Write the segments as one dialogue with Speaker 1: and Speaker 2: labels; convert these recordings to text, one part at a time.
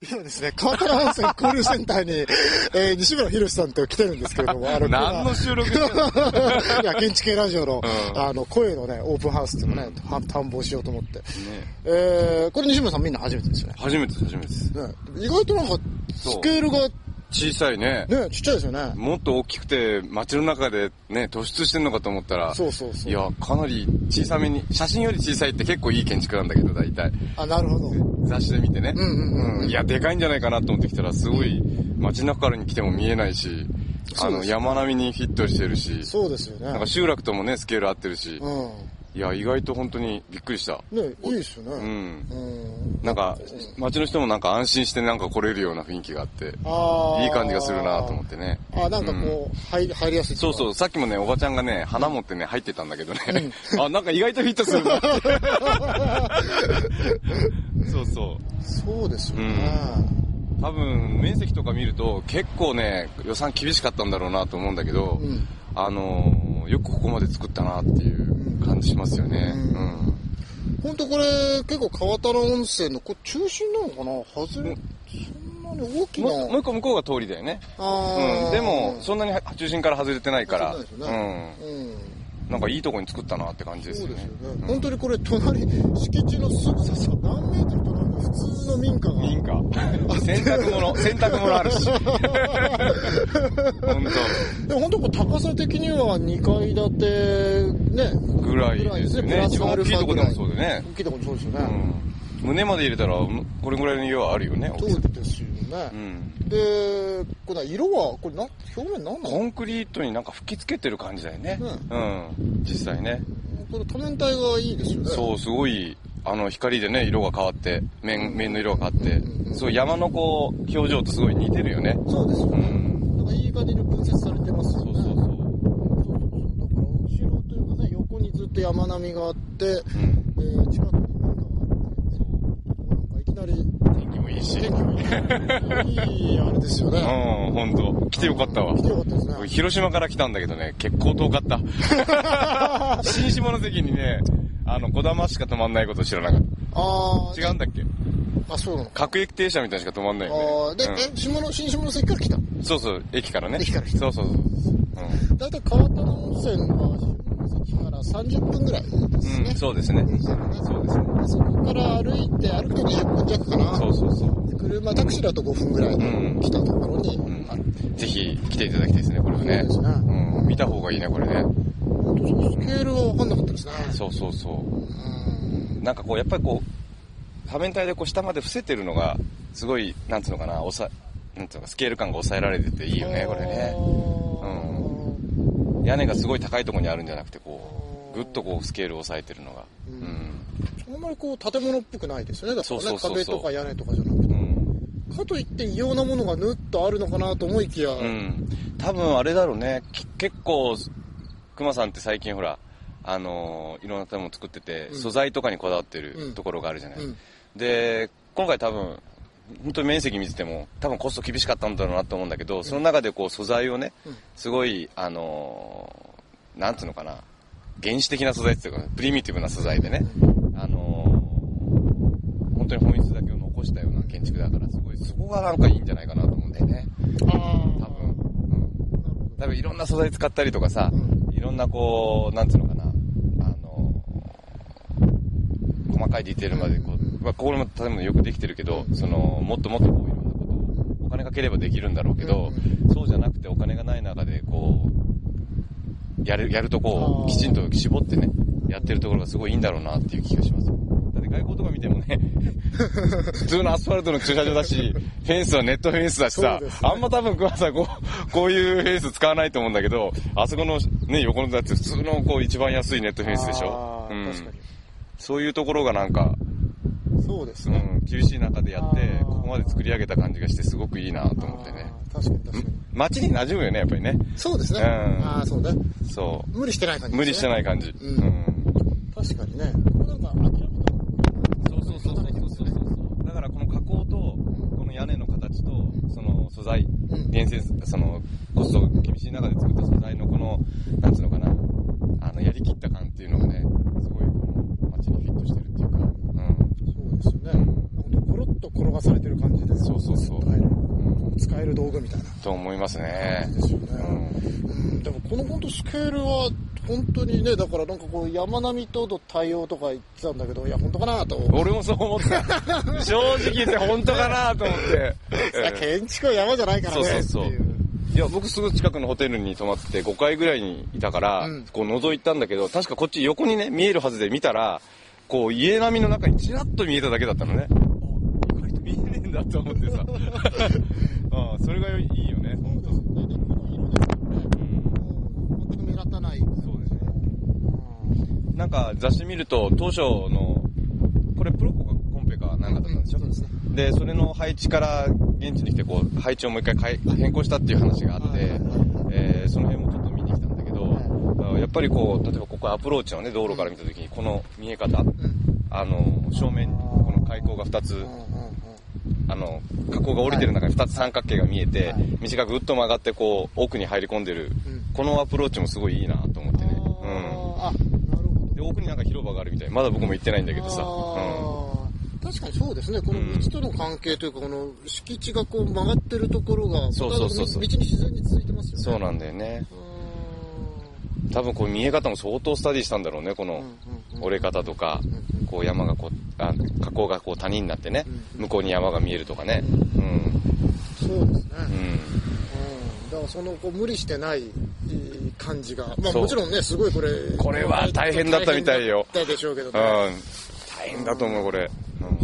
Speaker 1: 今ですね、川原温泉交流センターに、えー西村博さんと来てるんですけれども、あの
Speaker 2: 何 の収録
Speaker 1: いや、現地系ラジオの、
Speaker 2: うん
Speaker 1: あの、声のね、オープンハウスっていうのをね、は探訪しようと思って。
Speaker 2: ね
Speaker 1: えー、これ西村さんみんな初めてですよね。
Speaker 2: 初めてです初めてです
Speaker 1: ね意外となんか、
Speaker 2: そう
Speaker 1: スケールが、
Speaker 2: 小さいね
Speaker 1: ね、ちっちゃいですよね。
Speaker 2: もっと大きくて街の中でね突出してんのかと思ったら
Speaker 1: そうそうそう
Speaker 2: いやかなり小さめに写真より小さいって結構いい建築なんだけど大体
Speaker 1: あ、なるほど。
Speaker 2: 雑誌で見てね、
Speaker 1: んうんうん
Speaker 2: いやでかいんじゃないかなと思ってきたらすごい街中からに来ても見えないしあ
Speaker 1: そうで
Speaker 2: の
Speaker 1: すね
Speaker 2: 山並みにフィットしてるし
Speaker 1: そうですよ
Speaker 2: なん
Speaker 1: ね
Speaker 2: か。集落ともねスケール合ってるし
Speaker 1: う
Speaker 2: いや意外と本当にびっくりした
Speaker 1: ん。ね、いいですよ
Speaker 2: う
Speaker 1: ね。
Speaker 2: ん
Speaker 1: うん。
Speaker 2: なんか街の人もなんか安心してなんか来れるような雰囲気があって
Speaker 1: あー
Speaker 2: いい感じがするなと思ってね
Speaker 1: あ、なんかこう、入り、入りやすい。
Speaker 2: そうそう、。さっきもね、おばちゃんがね、花持ってね、入ってたんだけどね。 あ、なんか意外とフィットする なって。そうそ
Speaker 1: そうですよね。
Speaker 2: う。多分、面積とか見ると、結構ね、予算厳しかったんだろうなと思うんだけど、
Speaker 1: うん
Speaker 2: あのーよくここまで作ったなっていう感じしますよね。
Speaker 1: う
Speaker 2: うんん。
Speaker 1: 本当これ、結構川田温泉の、これ中心なのかな外れ、そんなに大きな。
Speaker 2: もうもう一個向こうが通りだよね。
Speaker 1: あー
Speaker 2: うん。でも、そんなには中心から外れてないから、
Speaker 1: そうですよねうん。
Speaker 2: うん。なんかいいとこに作ったなって感じです
Speaker 1: そう
Speaker 2: よ
Speaker 1: です
Speaker 2: ね
Speaker 1: よ。ね。本当にこれ、隣、敷地のすぐささ、何メートル隣の普通の民家が。
Speaker 2: いいんか。 洗濯 物、洗濯物あるし。本
Speaker 1: でも本当こう高さ的には2階建て、ね。
Speaker 2: 当ぐらいですよ
Speaker 1: プ
Speaker 2: ね。
Speaker 1: ラ
Speaker 2: 一
Speaker 1: ス
Speaker 2: 番
Speaker 1: ア
Speaker 2: 大
Speaker 1: ルフ
Speaker 2: きいと
Speaker 1: ァ
Speaker 2: こ
Speaker 1: ぐ
Speaker 2: で
Speaker 1: ら
Speaker 2: も
Speaker 1: い
Speaker 2: そうでね。
Speaker 1: 大きいとこもそうですよ
Speaker 2: う
Speaker 1: ね。
Speaker 2: ん。胸まで入れたら、これぐらいの家はあるよね、大き
Speaker 1: そ
Speaker 2: さ
Speaker 1: うですよね。
Speaker 2: うん。
Speaker 1: で、これ色は、これな、表面なんなの
Speaker 2: コンクリートになんか吹き付けてる感じだよね。
Speaker 1: う
Speaker 2: うん。実際ね。
Speaker 1: これ多面体がいいですよね。
Speaker 2: そう、すごい、あの、光でね、色が変わって、面、面の色が変わって、そう、山のこう、表情とすごい似てるよね。
Speaker 1: そうですよ
Speaker 2: う
Speaker 1: ね。
Speaker 2: ん。
Speaker 1: なんかいい感じに分析されてますよ
Speaker 2: そ
Speaker 1: ね。
Speaker 2: うそうそ
Speaker 1: そ
Speaker 2: う。
Speaker 1: うそうそう。だから後ろというかね、横にずっと山並みがあって、
Speaker 2: うん。
Speaker 1: えー近くに民家があって、
Speaker 2: そう
Speaker 1: なんかいきなり
Speaker 2: 天気もいいし。
Speaker 1: 天気がいい、いいあれですよ
Speaker 2: うん、
Speaker 1: ね。
Speaker 2: ほんと。来てよかったわ
Speaker 1: 来。てよかったですね。
Speaker 2: 広島から来たんだけどね、結構遠 かった。新下関にね、あの、小玉しか止まんないこと知らなかっ
Speaker 1: あ
Speaker 2: た。
Speaker 1: ー
Speaker 2: 違うんだっけ
Speaker 1: あ、そうなのか。
Speaker 2: 各駅停車みたいなのしか止まんない
Speaker 1: あ
Speaker 2: よ
Speaker 1: ーで、
Speaker 2: ね。
Speaker 1: え、下の、新下関から来た。
Speaker 2: うんそうそう、駅からね。
Speaker 1: 駅から来た
Speaker 2: そうそうそう。
Speaker 1: だいたい川田温泉は下関から30分ぐらいです
Speaker 2: うんう
Speaker 1: ね
Speaker 2: ん、。そうですね。
Speaker 1: 電車でね
Speaker 2: そうですね。
Speaker 1: でそこから歩いて、歩くと20分弱かな。
Speaker 2: そうそうそう。
Speaker 1: で車、タクシーだと5分ぐらいで来たところに
Speaker 2: う
Speaker 1: ある。
Speaker 2: ん。ぜひ来ていただきたいですね、これはね。
Speaker 1: そうですね
Speaker 2: うん、見た方がいいね、これね。
Speaker 1: 本当そうスケールが分かんなかったですね。
Speaker 2: そうそうそう。
Speaker 1: うん
Speaker 2: なんかこう、やっぱりこう、多面体でこう下まで伏せてるのが、すごい、なんつうのかな、抑え、なんつうのか、スケール感が抑えられてていいよね、これね。屋根がすごい高いところにあるんじゃなくてこうぐっとこうスケールを抑えてるのがうん、
Speaker 1: あんまりこう建物っぽくないですよね。だか
Speaker 2: そう
Speaker 1: ら
Speaker 2: そ
Speaker 1: ね
Speaker 2: う、そうそう
Speaker 1: 壁とか屋根とかじゃなく
Speaker 2: うん
Speaker 1: て。かといって異様なものがぬっとあるのかなと思いきや、
Speaker 2: うん、多分あれだろうねき結構熊さんって最近ほらあのーいろんなもの作ってて、素材とかにこだわって
Speaker 1: う
Speaker 2: る
Speaker 1: ん
Speaker 2: ところがあるじゃない、
Speaker 1: うん
Speaker 2: で今回多分本当に面積見てても多分コスト厳しかったんだろうなと思うんだけどその中でこう素材をね、
Speaker 1: うん
Speaker 2: すごいあのーなんていうのかな原始的な素材っていうかプリミティブな素材でね、あのー本当に本質だけを残したような建築だからすごいそこがなんかいいんじゃないかなと思うんだよね
Speaker 1: あー
Speaker 2: 多分、うん、
Speaker 1: なるほ
Speaker 2: 多分いろんな素材使ったりとかさ、
Speaker 1: う
Speaker 2: いろんなこうなんつうのかなあのー細かいディテールまでこ
Speaker 1: うんうんう
Speaker 2: う、まあ、これも例えばよくできてるけどそのもっともっとこういろんなことをお金かければできるんだろうけど、
Speaker 1: う
Speaker 2: そうじゃなくてお金がない中でこうやるやるとこ
Speaker 1: あー
Speaker 2: をきちんと絞ってねやってるところがすごいいいんだろうなっていう気がしますだって外交とか見てもね普通のアスファルトの駐車場 だしフェンスはネットフェンスだしさ、
Speaker 1: そうですね
Speaker 2: あんま多分桑田さんこうこういうフェンス使わないと思うんだけどあそこの、ね、横のだって普通のこう一番安いネットフェンスでしょ
Speaker 1: あ、ー
Speaker 2: うん
Speaker 1: 確か
Speaker 2: そういうところがなんか、
Speaker 1: に。そうです
Speaker 2: う
Speaker 1: ね。
Speaker 2: ん、厳しい中でやって
Speaker 1: あー
Speaker 2: ここまで作り上げた感じがしてすごくいいなと思ってね
Speaker 1: あー確かに確かに。
Speaker 2: 街に馴染むよねやっぱりね
Speaker 1: そうですね。
Speaker 2: うん
Speaker 1: ああ、そうね。
Speaker 2: そ
Speaker 1: 無理してない感
Speaker 2: う
Speaker 1: じ
Speaker 2: 無理して
Speaker 1: い。
Speaker 2: ない感じ、
Speaker 1: うん確かにね。これなんか諦めた方がいい。
Speaker 2: そうそうそうそうそうそうだからこの加工とこの屋根の形とその素材
Speaker 1: うん
Speaker 2: 厳選そのコスト厳しい中で作った素材のこのなんつうのかなあのやりきった感っていうのがねすごいこの街にフィットしてるっていうか
Speaker 1: そうですよね。なんかこうゴロッとと転がされてる感じで、
Speaker 2: そうそうそう
Speaker 1: 使える
Speaker 2: うん
Speaker 1: 使える道具みたいな
Speaker 2: と思いますね
Speaker 1: 感じ。ですよね。
Speaker 2: うん
Speaker 1: うんでもこの本当スケールは本当にねだからなんかこう山並みとの対応とか言ってたんだけどいや本当かなと思っ
Speaker 2: 俺もそう思った。 正直言って本当かなと思って。
Speaker 1: ていや建築は山じゃないからね
Speaker 2: そうそうそう
Speaker 1: っていう
Speaker 2: いや、僕すぐ近くのホテルに泊まって5階ぐらいにいたから、
Speaker 1: うん
Speaker 2: こう覗いたんだけど、確かこっち横にね、見えるはずで見たら、こう家並みの中にちらっと見えただけだったのね。あ意外と見えねえんだと思ってさ。ああそれがいいよね、本当。
Speaker 1: ででこの色ですよねもう全く目立たない
Speaker 2: そうですねなんか雑誌見ると、当初の、これプロコかコンペかなんかだったんでしょ、
Speaker 1: そうですね
Speaker 2: で、それの配置から現地に来て、こう、配置をもう一回変え変更したっていう話があって、えーその辺もちょっと見に来たんだけど、やっぱりこう、例えばここアプローチのね、道路から見たときに、この見え方、あの、正面にこの開口が2つ
Speaker 1: うん、うんうん
Speaker 2: あの、加工が降りてる中に2つ三角形が見えて
Speaker 1: はい、
Speaker 2: 短くぐっと曲がって、こう、奥に入り込んでる
Speaker 1: うん、
Speaker 2: このアプローチもすごいいいなと思ってね。う
Speaker 1: あ
Speaker 2: ん。
Speaker 1: ーあなるほど
Speaker 2: で、奥になんか広場があるみたい。まだ僕も行ってないんだけどさ。うん。
Speaker 1: あー確かにそうですね、この道との関係というか、この敷地がこう曲がってるところが、
Speaker 2: そうそうそうそう
Speaker 1: 道に自然に続いてますよね。
Speaker 2: そう
Speaker 1: う
Speaker 2: なんだよね。
Speaker 1: ーん
Speaker 2: 多分こう見え方も相当スタディしたんだろうね、この折れ方とか、こう山がこう、あ河口がこう谷になってね、向こうに山が見えるとかね。うん。
Speaker 1: そうですね。
Speaker 2: う
Speaker 1: うん
Speaker 2: ん。
Speaker 1: だからそのこう無理してないいい感じが、まあ
Speaker 2: そう
Speaker 1: もちろんね、すごいこれ、
Speaker 2: これは大変だったみたいよ
Speaker 1: 大変だったでしょうけど
Speaker 2: うん。
Speaker 1: ね、
Speaker 2: 大変だと思う、これ。う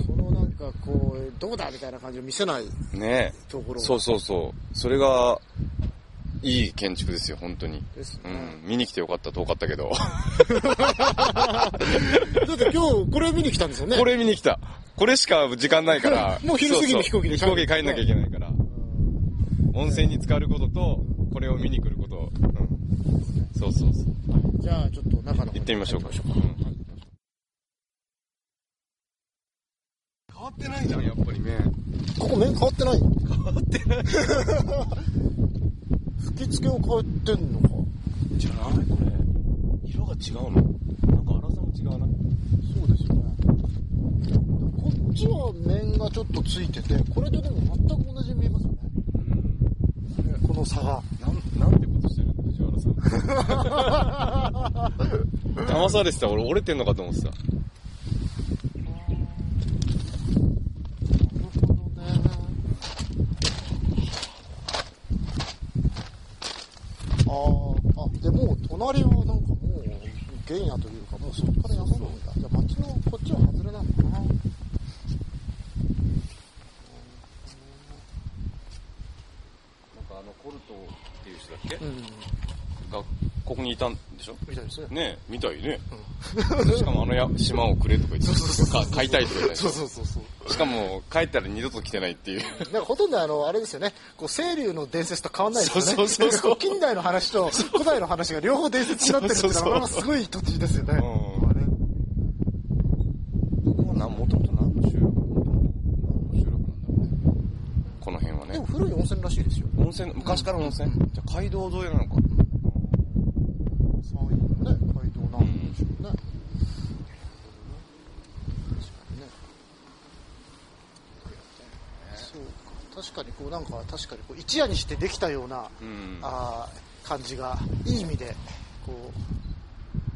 Speaker 1: そのなんかこう、どうだみたいな感じを見せない
Speaker 2: ん、ねえ
Speaker 1: ところ
Speaker 2: そうそうそう。それが、いい建築ですよ、本当に。
Speaker 1: ですね。
Speaker 2: うん。見に来てよかった、遠かったけど。
Speaker 1: だって今日これ見に来たんですよね。
Speaker 2: これ見に来た。これしか時間ない から。
Speaker 1: もう昼過ぎの飛行機で
Speaker 2: そうそう飛行機帰んなきゃいけないから。温泉に浸かることと、これを見に来ること。うん。そうそうそう。
Speaker 1: じゃあちょっと中の方に
Speaker 2: 行ってみましょうか。
Speaker 1: 入って
Speaker 2: うん変わってないじゃん、やっぱりね。
Speaker 1: ここ面変わってない変わってない 吹き付けを変えてんのか
Speaker 2: じゃないこれ。色が違うのなんか粗さも違わない
Speaker 1: そうですよねこっちは面がちょっとついててこれとでも全く同じに見えますよね
Speaker 2: うん。
Speaker 1: この差が
Speaker 2: なん、なんてことしてるの藤原さん。 騙されてた。俺折れてんのかと思ってた。
Speaker 1: なるほどねあーあでも隣はなんかもう原野というかもうそっから山なんだじゃあ町のこっちは外れなのかな
Speaker 2: なんかあの、コルトっていう人だっけ
Speaker 1: うん
Speaker 2: が、ここにいたんでしょ
Speaker 1: みたいですね
Speaker 2: ねえ、みたいね。 しかもあのや島をくれとか言って
Speaker 1: そうそうそうそう
Speaker 2: か買いたいとか言ってた
Speaker 1: そう
Speaker 2: でし
Speaker 1: そうそうそう
Speaker 2: ょしかも、帰ったら二度と来てないっていう。
Speaker 1: なんかほとんどあの、あれですよね、こう、清流の伝説と変わんないですよね。
Speaker 2: そうそうそうそう
Speaker 1: なんかこ近代の話と古代の話が両方伝説になってるっていうの
Speaker 2: そうそうそ
Speaker 1: は、
Speaker 2: う
Speaker 1: なかなかすごい土地ですよね。
Speaker 2: うん
Speaker 1: あれ
Speaker 2: ここはな、もともと何の集落何の集落なんだろうね。この辺は
Speaker 1: で
Speaker 2: ね
Speaker 1: も。古い温泉らしいですよ。
Speaker 2: 温泉、昔から温泉じゃあ街道沿いなのか。
Speaker 1: 山陰のね、街道なんでしょうね。確かにね。そうか。確かにこう、なんか、確かにこう、一夜にしてできたような、
Speaker 2: うん。
Speaker 1: あー感じがいい意味でこ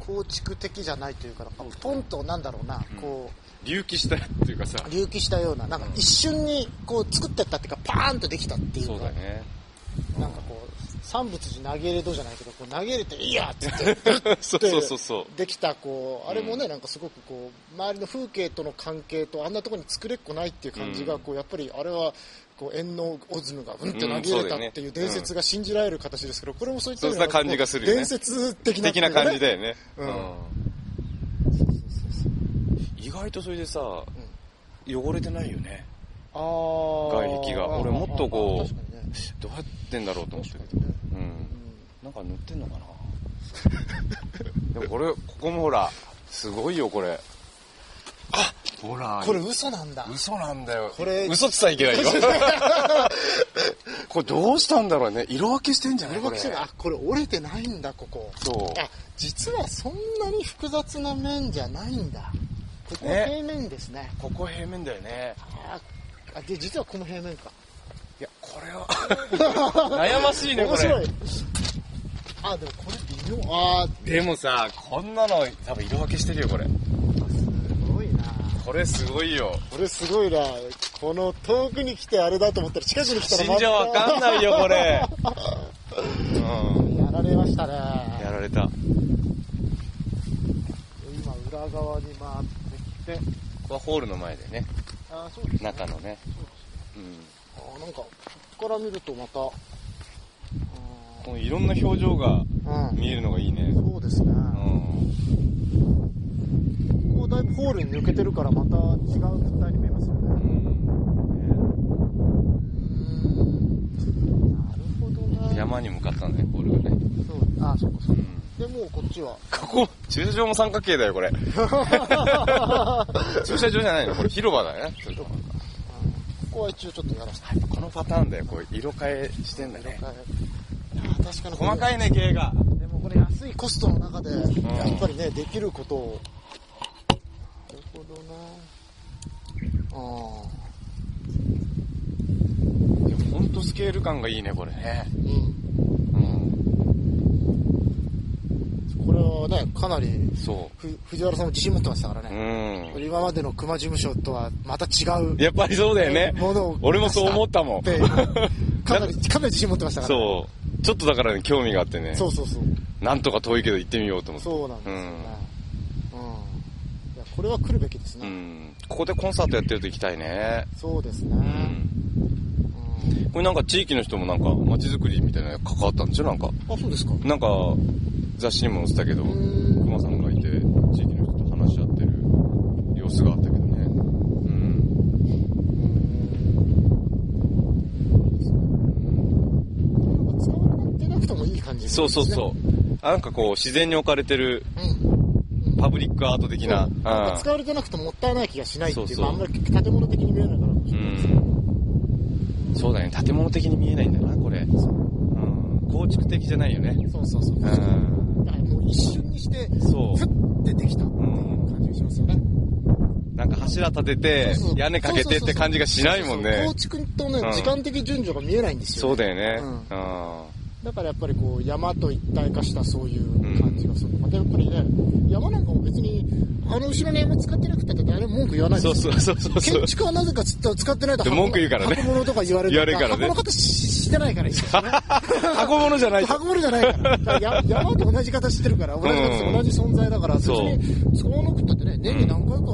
Speaker 1: う構築的じゃないというかなんかポンとなんだろうな、こ
Speaker 2: 隆起したっていうかさ
Speaker 1: う。隆起したようななんか一瞬にこう作ってったっていうかパーンとできたっていうか
Speaker 2: そうだね。
Speaker 1: なんかこう三仏寺投げ入れ戸じゃないけどこう投げ入れて「いいや!」っつって
Speaker 2: そうそうそうそう。
Speaker 1: できたこうあれもね、なんかすごくこう周りの風景との関係とあんなところに作れっこないっていう感じが、
Speaker 2: うん
Speaker 1: こうやっぱりあれはこう縁のオズムがうんって投げ
Speaker 2: うんそ
Speaker 1: 入
Speaker 2: う
Speaker 1: れ
Speaker 2: だ
Speaker 1: た
Speaker 2: よね
Speaker 1: っていう伝説が信じられる形ですけど、これもそういった
Speaker 2: そう
Speaker 1: よ
Speaker 2: し
Speaker 1: う
Speaker 2: た
Speaker 1: な
Speaker 2: 感じがするよね
Speaker 1: 伝説的なって
Speaker 2: 的
Speaker 1: いうか
Speaker 2: な
Speaker 1: ね
Speaker 2: 感じだよね。
Speaker 1: うん
Speaker 2: 意外とそれでさ、汚れてないよね。
Speaker 1: あー
Speaker 2: 外壁が俺もっとこう
Speaker 1: あー確かにね
Speaker 2: どうやってんだろうと思ってたけど。うん。なんか塗ってんのかな でもこれ、ここもほら、すごいよ、これ。あほら
Speaker 1: これ嘘なんだ
Speaker 2: 嘘なんだよ。
Speaker 1: これ
Speaker 2: 嘘って言ったらいけないよ。 これどうしたんだろうね。色分けしてんじゃない
Speaker 1: 俺
Speaker 2: こ
Speaker 1: も
Speaker 2: れ。
Speaker 1: 来てるあこれ折れてないんだここ
Speaker 2: そう
Speaker 1: あ実はそんなに複雑な面じゃないんだここは
Speaker 2: ね
Speaker 1: 平面ですね
Speaker 2: ここ平面だよね。
Speaker 1: ああ、で、実はこの平面か。
Speaker 2: いや、こ れは悩ましいね、こ
Speaker 1: 面白
Speaker 2: れ
Speaker 1: い。。あ、でもこれ微妙。あー、
Speaker 2: でもさ、こんなの多分色分けしてるよ、これ。
Speaker 1: すごいな
Speaker 2: これすごいよ。
Speaker 1: これすごいなこの遠くに来てあれだと思ったら近くに来たら
Speaker 2: 死んじゃわかんないよ、これ。うん。
Speaker 1: やられましたね。
Speaker 2: やられた。
Speaker 1: 今裏側に回ってきて、
Speaker 2: ここはホールの前でね、
Speaker 1: あ、そうですね。
Speaker 2: 中のね。
Speaker 1: そうです
Speaker 2: うん。
Speaker 1: あなんか、ここから見るとまた、
Speaker 2: このいろんな表情が
Speaker 1: うん
Speaker 2: 見えるのがいいね。
Speaker 1: そうですね。
Speaker 2: うん。
Speaker 1: ここだいぶホールに抜けてるからまた違う物体に見えますよ
Speaker 2: う
Speaker 1: ね。
Speaker 2: ん
Speaker 1: なるほどな
Speaker 2: ね山に向かったんだね、ホールがね。
Speaker 1: そう、あ、そうかそううか。
Speaker 2: ん。
Speaker 1: で、もうこっちは。
Speaker 2: ここ、駐車場も三角形だよ、こ れ。駐車場じゃないのこれ広場だよね。ちょっと
Speaker 1: ここは一応ちょっとやらせて。
Speaker 2: このパターンだよ、こう、色変えしてんだ
Speaker 1: 色変
Speaker 2: ね
Speaker 1: え。いや確かにこれ
Speaker 2: 細かいね、芸が。
Speaker 1: でもこれ安いコストの中で、やっぱりね、できることを。なるほどなああ
Speaker 2: いや、ほんとスケール感がいいね、これね。
Speaker 1: ー。うん。
Speaker 2: うん。
Speaker 1: これはね、かなり、
Speaker 2: そ
Speaker 1: ふ藤原さんも自信持ってましたから
Speaker 2: う。う
Speaker 1: ね。
Speaker 2: ん。
Speaker 1: 今までの熊事務所とはまた違う。
Speaker 2: やっぱりそうだよね。
Speaker 1: ものを
Speaker 2: 俺もそう思ったもん
Speaker 1: っ。て、 かなり、かなり自信持ってましたから。
Speaker 2: そう。ちょっとだからね、興味があってね。
Speaker 1: そうそうそう。
Speaker 2: なんとか遠いけど行ってみようと思って。
Speaker 1: そうなんですよね。うん。いや、これは来るべきです
Speaker 2: う
Speaker 1: ね。
Speaker 2: ん。ここでコンサートやってると行きたいね。
Speaker 1: そうですね。
Speaker 2: うん。
Speaker 1: うん
Speaker 2: これなんか地域の人もなんか街づくりみたいなのに関わったんでしょなんか。
Speaker 1: あ、そうですか。
Speaker 2: なんか、雑誌にも載せたけど、
Speaker 1: ん
Speaker 2: 熊さんがいて、地域の人と話し合ってる様子があったけどね。うん。
Speaker 1: なんか使われてなくてもいい感じです
Speaker 2: そ
Speaker 1: ね
Speaker 2: うそうそう。なんかこう、自然に置かれてる
Speaker 1: うん。
Speaker 2: パブリックアート的な。うん
Speaker 1: なんか使われてなくてもったいない気がしないっていう、
Speaker 2: そうそう
Speaker 1: まあ、あんまり建物的に見えないからかもし
Speaker 2: う
Speaker 1: れないですけど、
Speaker 2: ん。そうだね。建物的に見えないんだよな、これ。うん。構築的じゃないよね。
Speaker 1: そうそうそう。
Speaker 2: う
Speaker 1: だか
Speaker 2: ん。
Speaker 1: らもう一瞬にして、
Speaker 2: そ
Speaker 1: ふってできたっていう感じがしますよね。
Speaker 2: う。なんか柱立てて
Speaker 1: そうそ、う
Speaker 2: 屋根かけてって感じがしないもん
Speaker 1: そうそう
Speaker 2: ね
Speaker 1: 構。築とね、
Speaker 2: うん
Speaker 1: 時間的順序が見えないんですよ、
Speaker 2: そ
Speaker 1: ね。
Speaker 2: うだよね。
Speaker 1: う
Speaker 2: うん。
Speaker 1: だからやっぱりこう、山と一体化したそういう感じがする。またやっぱりね、山なんかも別に、あの後ろの山使ってなくたって誰も文句言わないです
Speaker 2: そ
Speaker 1: よ
Speaker 2: うそうそうそうそう
Speaker 1: 建。築はなぜかずっと使ってないと
Speaker 2: で
Speaker 1: 箱
Speaker 2: 文句言うからね
Speaker 1: 箱物とか言われる
Speaker 2: 言われるからね
Speaker 1: 箱の形してないからいいですよね
Speaker 2: 箱物じゃないと。
Speaker 1: 箱物じゃないからや山と同じ形してるから同じ形
Speaker 2: うん
Speaker 1: 同じ存在だから別
Speaker 2: そう
Speaker 1: に使わなくたってね年に何回か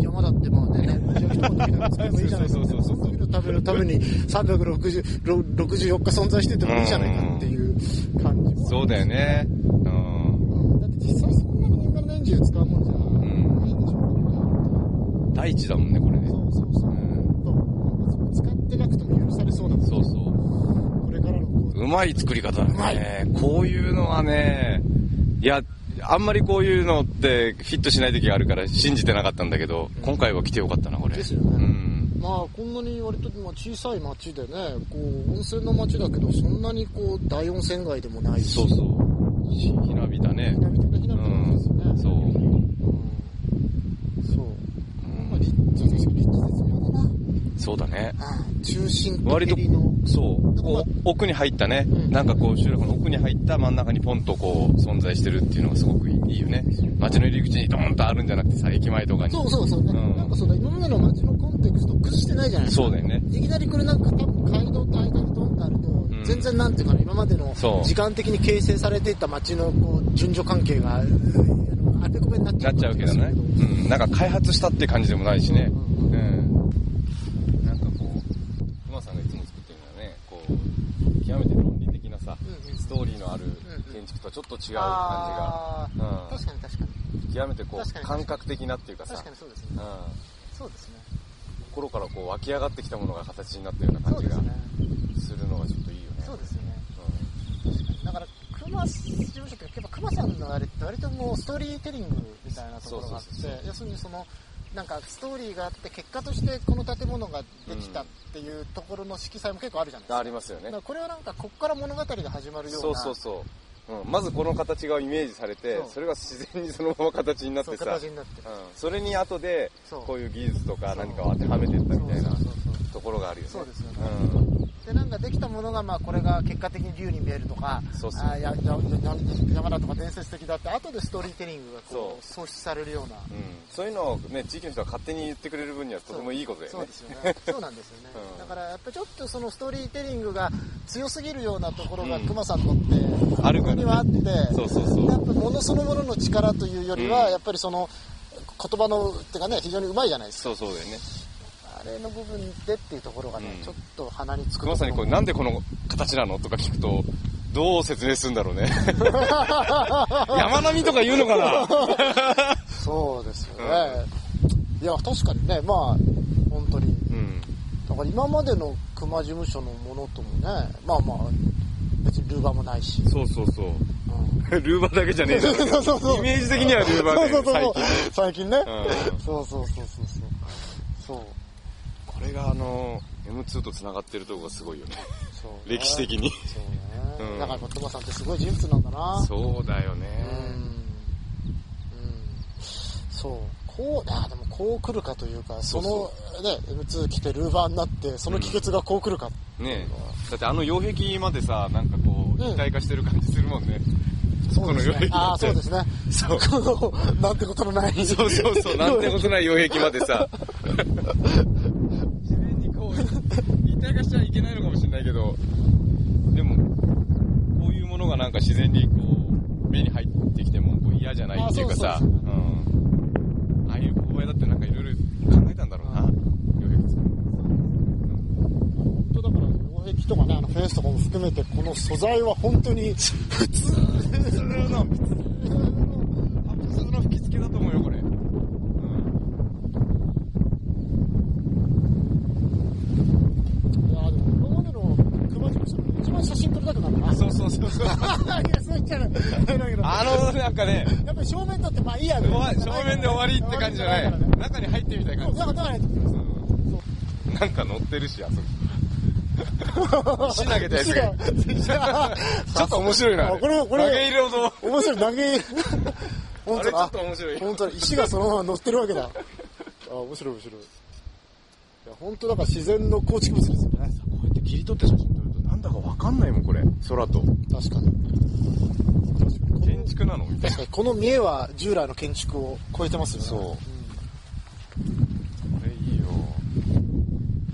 Speaker 1: 山だってまあね年に一晩だけでも使えばいいじゃないか
Speaker 2: そうそうそうそう
Speaker 1: その時のためのために364日存在しててもいいじゃないかっていう感じも
Speaker 2: そうだよね。う
Speaker 1: う
Speaker 2: ん。
Speaker 1: んだって実際そんなに年がら年中使うもんじゃないでしょ
Speaker 2: 大地だもんね、これね。
Speaker 1: そうそうそううんそう使ってなくても許されそうなんです
Speaker 2: そ
Speaker 1: よ
Speaker 2: うそう。
Speaker 1: これからのこう
Speaker 2: うまい作り方だね。こういうのはね、いや、あんまりこういうのってフィットしない時があるから信じてなかったんだけど、今回は来てよかったな、これ。
Speaker 1: ですよね
Speaker 2: うん。
Speaker 1: まあこんなに割とまあ小さい町でねこう温泉の町だけどそんなにこう大温泉街でもないし
Speaker 2: そうそう。ひひなびたね
Speaker 1: ひ。なびたひなびたなんですよね、
Speaker 2: そう。
Speaker 1: うんそう
Speaker 2: うん
Speaker 1: まあ立地絶妙だな
Speaker 2: そうだね。
Speaker 1: ああ中心と
Speaker 2: 割と
Speaker 1: 蹴りの
Speaker 2: そう。こう、奥に入ったね。
Speaker 1: うん
Speaker 2: なんかこう、集落の奥に入った真ん中にポンとこう、存在してるっていうのがすごくいいよね。街の入り口にドーンとあるんじゃなくてさ、駅前とかに。
Speaker 1: そうそうそう、
Speaker 2: ん
Speaker 1: なんかその今までの町のコンテクスト崩してないじゃないですか
Speaker 2: そうだよね。
Speaker 1: いきなりこれなんか多分街道と間にドンってあると
Speaker 2: ん、
Speaker 1: 全然なんていうかな、今までの
Speaker 2: そう
Speaker 1: 時間的に形成されていた街のこう順序関係が、あのあてこべになっちゃ
Speaker 2: な
Speaker 1: う
Speaker 2: っちゃうけどね。うん。なんか開発したって感じでもないしね。
Speaker 1: う
Speaker 2: うん。なんかこう、熊さんがいつも作ってるのはね、こう、極めて論理的なさ、
Speaker 1: うんうん
Speaker 2: ストーリーのある
Speaker 1: うん
Speaker 2: 建築とはちょっと違う感
Speaker 1: あ
Speaker 2: じが
Speaker 1: ー、確かに確かに。
Speaker 2: うん。極めてこ
Speaker 1: 確か
Speaker 2: う、
Speaker 1: に
Speaker 2: 感覚的なっていうかさ
Speaker 1: 確か、にそうです
Speaker 2: う
Speaker 1: ね。
Speaker 2: ん。
Speaker 1: そうですね。
Speaker 2: 心からこう湧き上がってきたものが形になったような
Speaker 1: そ
Speaker 2: 感
Speaker 1: う
Speaker 2: じ
Speaker 1: で
Speaker 2: が
Speaker 1: すね。
Speaker 2: するのがちょっといいよね。
Speaker 1: そうですよね。だから、熊事務所って、やっぱ熊さんのあれって割ともうストーリーテリングみたいなところがあっ
Speaker 2: そうそうそう
Speaker 1: て、要するにその、なんかストーリーがあって、結果としてこの建物ができたっていうところの色彩も結構あるじゃないです
Speaker 2: うん、
Speaker 1: か
Speaker 2: あ。りますよね
Speaker 1: だから。これはなんかこっから物語が始まるような
Speaker 2: そうそうそう、うん。まずこの形がイメージされて
Speaker 1: そ、う
Speaker 2: それが自然にそのまま形になっ
Speaker 1: そう
Speaker 2: てさ
Speaker 1: 形、になってる
Speaker 2: うん、それに後で
Speaker 1: そう
Speaker 2: こういう技術とか何かを当てはめていったみたいな
Speaker 1: そうそうそうそう
Speaker 2: ところがあるよね。
Speaker 1: そうですよね
Speaker 2: うん
Speaker 1: でなんかできたものがまあこれが結果的に竜に見えるとか
Speaker 2: そうそう
Speaker 1: あーややや山だとか伝説的だって後でストーリーテリングがこう創出されるような
Speaker 2: うんそういうのをね、地域の人が勝手に言ってくれる分にはとてもいいことだよ
Speaker 1: そう
Speaker 2: ね。
Speaker 1: で。すよね。そうなんですよね
Speaker 2: うん
Speaker 1: だからやっぱちょっとそのストーリーテリングが強すぎるようなところが
Speaker 2: うん
Speaker 1: クマさんにとって
Speaker 2: あるからね
Speaker 1: にはあって、
Speaker 2: そうそうそう
Speaker 1: やっぱ物そのものの力というより
Speaker 2: う
Speaker 1: は
Speaker 2: ん
Speaker 1: やっぱりその言葉のってかね非常にうまいじゃないですか。
Speaker 2: そうそうだよね。
Speaker 1: あれの部分でっていうところがね、
Speaker 2: うん
Speaker 1: ちょっと鼻につく
Speaker 2: 熊さんにこれなんでこの形なのとか聞くと、どう説明するんだろう ね。山並みとか言うのかな
Speaker 1: そうですよね。いや確かにねまあ本当に
Speaker 2: うん。
Speaker 1: だから今までのクマ事務所のものともねまあまあ別にルーバーもないし。
Speaker 2: そうそうそう。
Speaker 1: う ん
Speaker 2: ルーバーだけじゃねえだろうけど
Speaker 1: そうそうそう
Speaker 2: イメージ的にはルーバーだよ、
Speaker 1: そうそうそう
Speaker 2: 最近。
Speaker 1: 最近ね、
Speaker 2: うん
Speaker 1: そうそうそうそうそうそう
Speaker 2: これがあの、M2 と繋がってるとこがすごいよね。
Speaker 1: そうね、
Speaker 2: 歴史的に。
Speaker 1: そうね、
Speaker 2: うん
Speaker 1: だからトマさんってすごい人物なんだな
Speaker 2: そうだよね。
Speaker 1: うんうんそうこうあでもこう来るかというかその
Speaker 2: そ
Speaker 1: ね M2 来てルーバーになってその帰結がこう来るか、
Speaker 2: ねえだってあの擁壁までさ、なんかこう、
Speaker 1: うん
Speaker 2: 一体化してる感じするもんね。
Speaker 1: そうです
Speaker 2: この世
Speaker 1: ね
Speaker 2: に
Speaker 1: ああそうですね
Speaker 2: そう。
Speaker 1: このなんてことのない
Speaker 2: そうそうそう、なんてことない擁壁までさ。自然にこう、一体化しちゃいけないのかもしれないけど、でも、こういうものがなんか自然にこう、目に入ってきてもこう嫌じゃないっていうかさ、
Speaker 1: あ
Speaker 2: う
Speaker 1: そうん
Speaker 2: ああいう小林だってなんかいろいろ考えたんだろうな、擁壁作る
Speaker 3: 本当だから、溶壁とかね、あのフェイスとかも含めて、この素材は本当に、普通
Speaker 2: 普通の、普通の、普通の吹き付けだと思うよ、これ。うん
Speaker 3: いやでも今までの熊事務所の一番写真撮りたくなるな。
Speaker 2: そうそうそうそう。
Speaker 3: いや、そう言っち ゃうの。だけど、や
Speaker 2: あの、なんかね、
Speaker 3: っぱり正面撮ってまあいいや、
Speaker 2: 終わ正面で終わりって感じじゃない。中に入ってみたい
Speaker 3: そ
Speaker 2: 感
Speaker 3: う、
Speaker 2: じ
Speaker 3: だ。から、だからね、
Speaker 2: なんか乗ってるし、あそこ。石投げた やつが。ちょっと面白いな。あれ
Speaker 3: あこれこれ
Speaker 2: 投げ入れ音。 あ
Speaker 3: 面白い、投げ、本当
Speaker 2: れちょ
Speaker 3: だ
Speaker 2: っと。面白い。
Speaker 3: 本当だ、石がそのまま乗ってるわけ だ。あ、面白い面白い。いや、本当だから自然の構築物ですよね。
Speaker 2: うやって切り取って写真撮ると、なんだかわかんないもん、これ。空と。
Speaker 3: 確かに。確かに。
Speaker 2: 建築なのみたいな。
Speaker 1: 確かにこの見えは従来の建築を超えてますよね
Speaker 2: そうこれいいよ。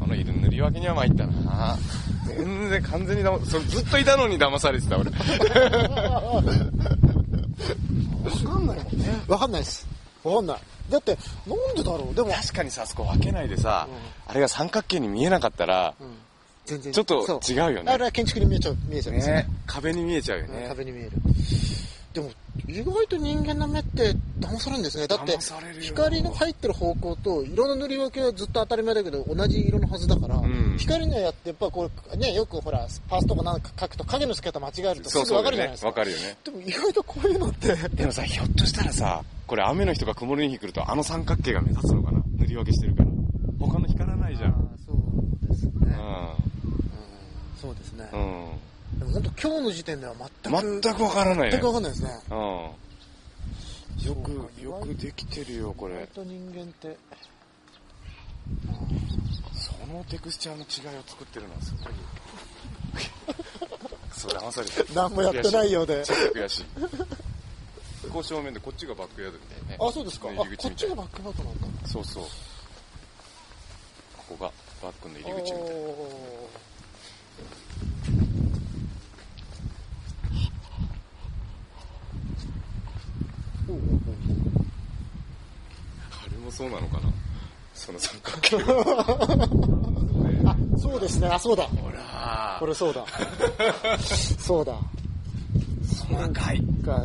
Speaker 2: この色塗り分けには参ったな。全然完全に騙、それずっといたのに騙されてた、俺。
Speaker 1: 分かんないもんね分かんないです
Speaker 3: わかんない。だって、なんでだろうでも、
Speaker 2: 確かにさ、あそこ分けないでさ、あれが三角形に見えなかったら、
Speaker 1: 全然
Speaker 2: ちょっと
Speaker 1: そう
Speaker 2: 違うよね
Speaker 1: あれ。は建築に見えちゃう見えちゃいますね
Speaker 2: ね壁に見えちゃうよね。
Speaker 1: 壁に見えるでも意外と人間の目って騙されるんですねだって
Speaker 2: 騙されるよ
Speaker 1: 光の入ってる方向と色の塗り分けはずっと当たり前だけど同じ色のはずだから、
Speaker 2: ん
Speaker 1: 光のやってやっぱこうねよくほらパースとかなんか書くと影の付け方間違えるとす
Speaker 2: そう
Speaker 1: ぐ
Speaker 2: そう
Speaker 1: 分
Speaker 2: だ
Speaker 1: かる
Speaker 2: よ
Speaker 1: じゃない
Speaker 2: ね
Speaker 1: で。すか
Speaker 2: わかるよね。
Speaker 1: でも意外とこういうのって
Speaker 2: でもさ、ひょっとしたらさ、これ雨の日とか曇りの日来るとあの三角形が目立つのかな塗り分けしてるから。他の光らないじゃん。
Speaker 1: そうですね
Speaker 2: う
Speaker 1: そうですね、
Speaker 2: ん。
Speaker 1: でも本当今日の時点では全く
Speaker 2: うん。全くわからないね
Speaker 1: 全。く分かんないですね
Speaker 2: うん。よ
Speaker 1: よ
Speaker 2: く、よくできてるよ、こ
Speaker 1: 意外
Speaker 2: れ。
Speaker 1: と人間って
Speaker 2: そのテクスチャーの違いを作ってるのはすごいよ。 そう、騙されてる。
Speaker 1: 何もやってないようで
Speaker 2: ちょっと悔しい。ここ正面でこっちがバックヤードみたいね。
Speaker 1: あそうですかあ
Speaker 2: ね
Speaker 1: こ
Speaker 2: 入り口
Speaker 1: っ
Speaker 2: みた
Speaker 1: ち
Speaker 2: い
Speaker 1: がバックバートなんだ
Speaker 2: そうそう。ここがバックの入り口みたいな。
Speaker 1: おー
Speaker 2: あれもそうなのかなその三角 形は。
Speaker 1: あそうですねあそうだ
Speaker 2: ほら
Speaker 1: これそうだそうだ
Speaker 2: 細かい。
Speaker 1: が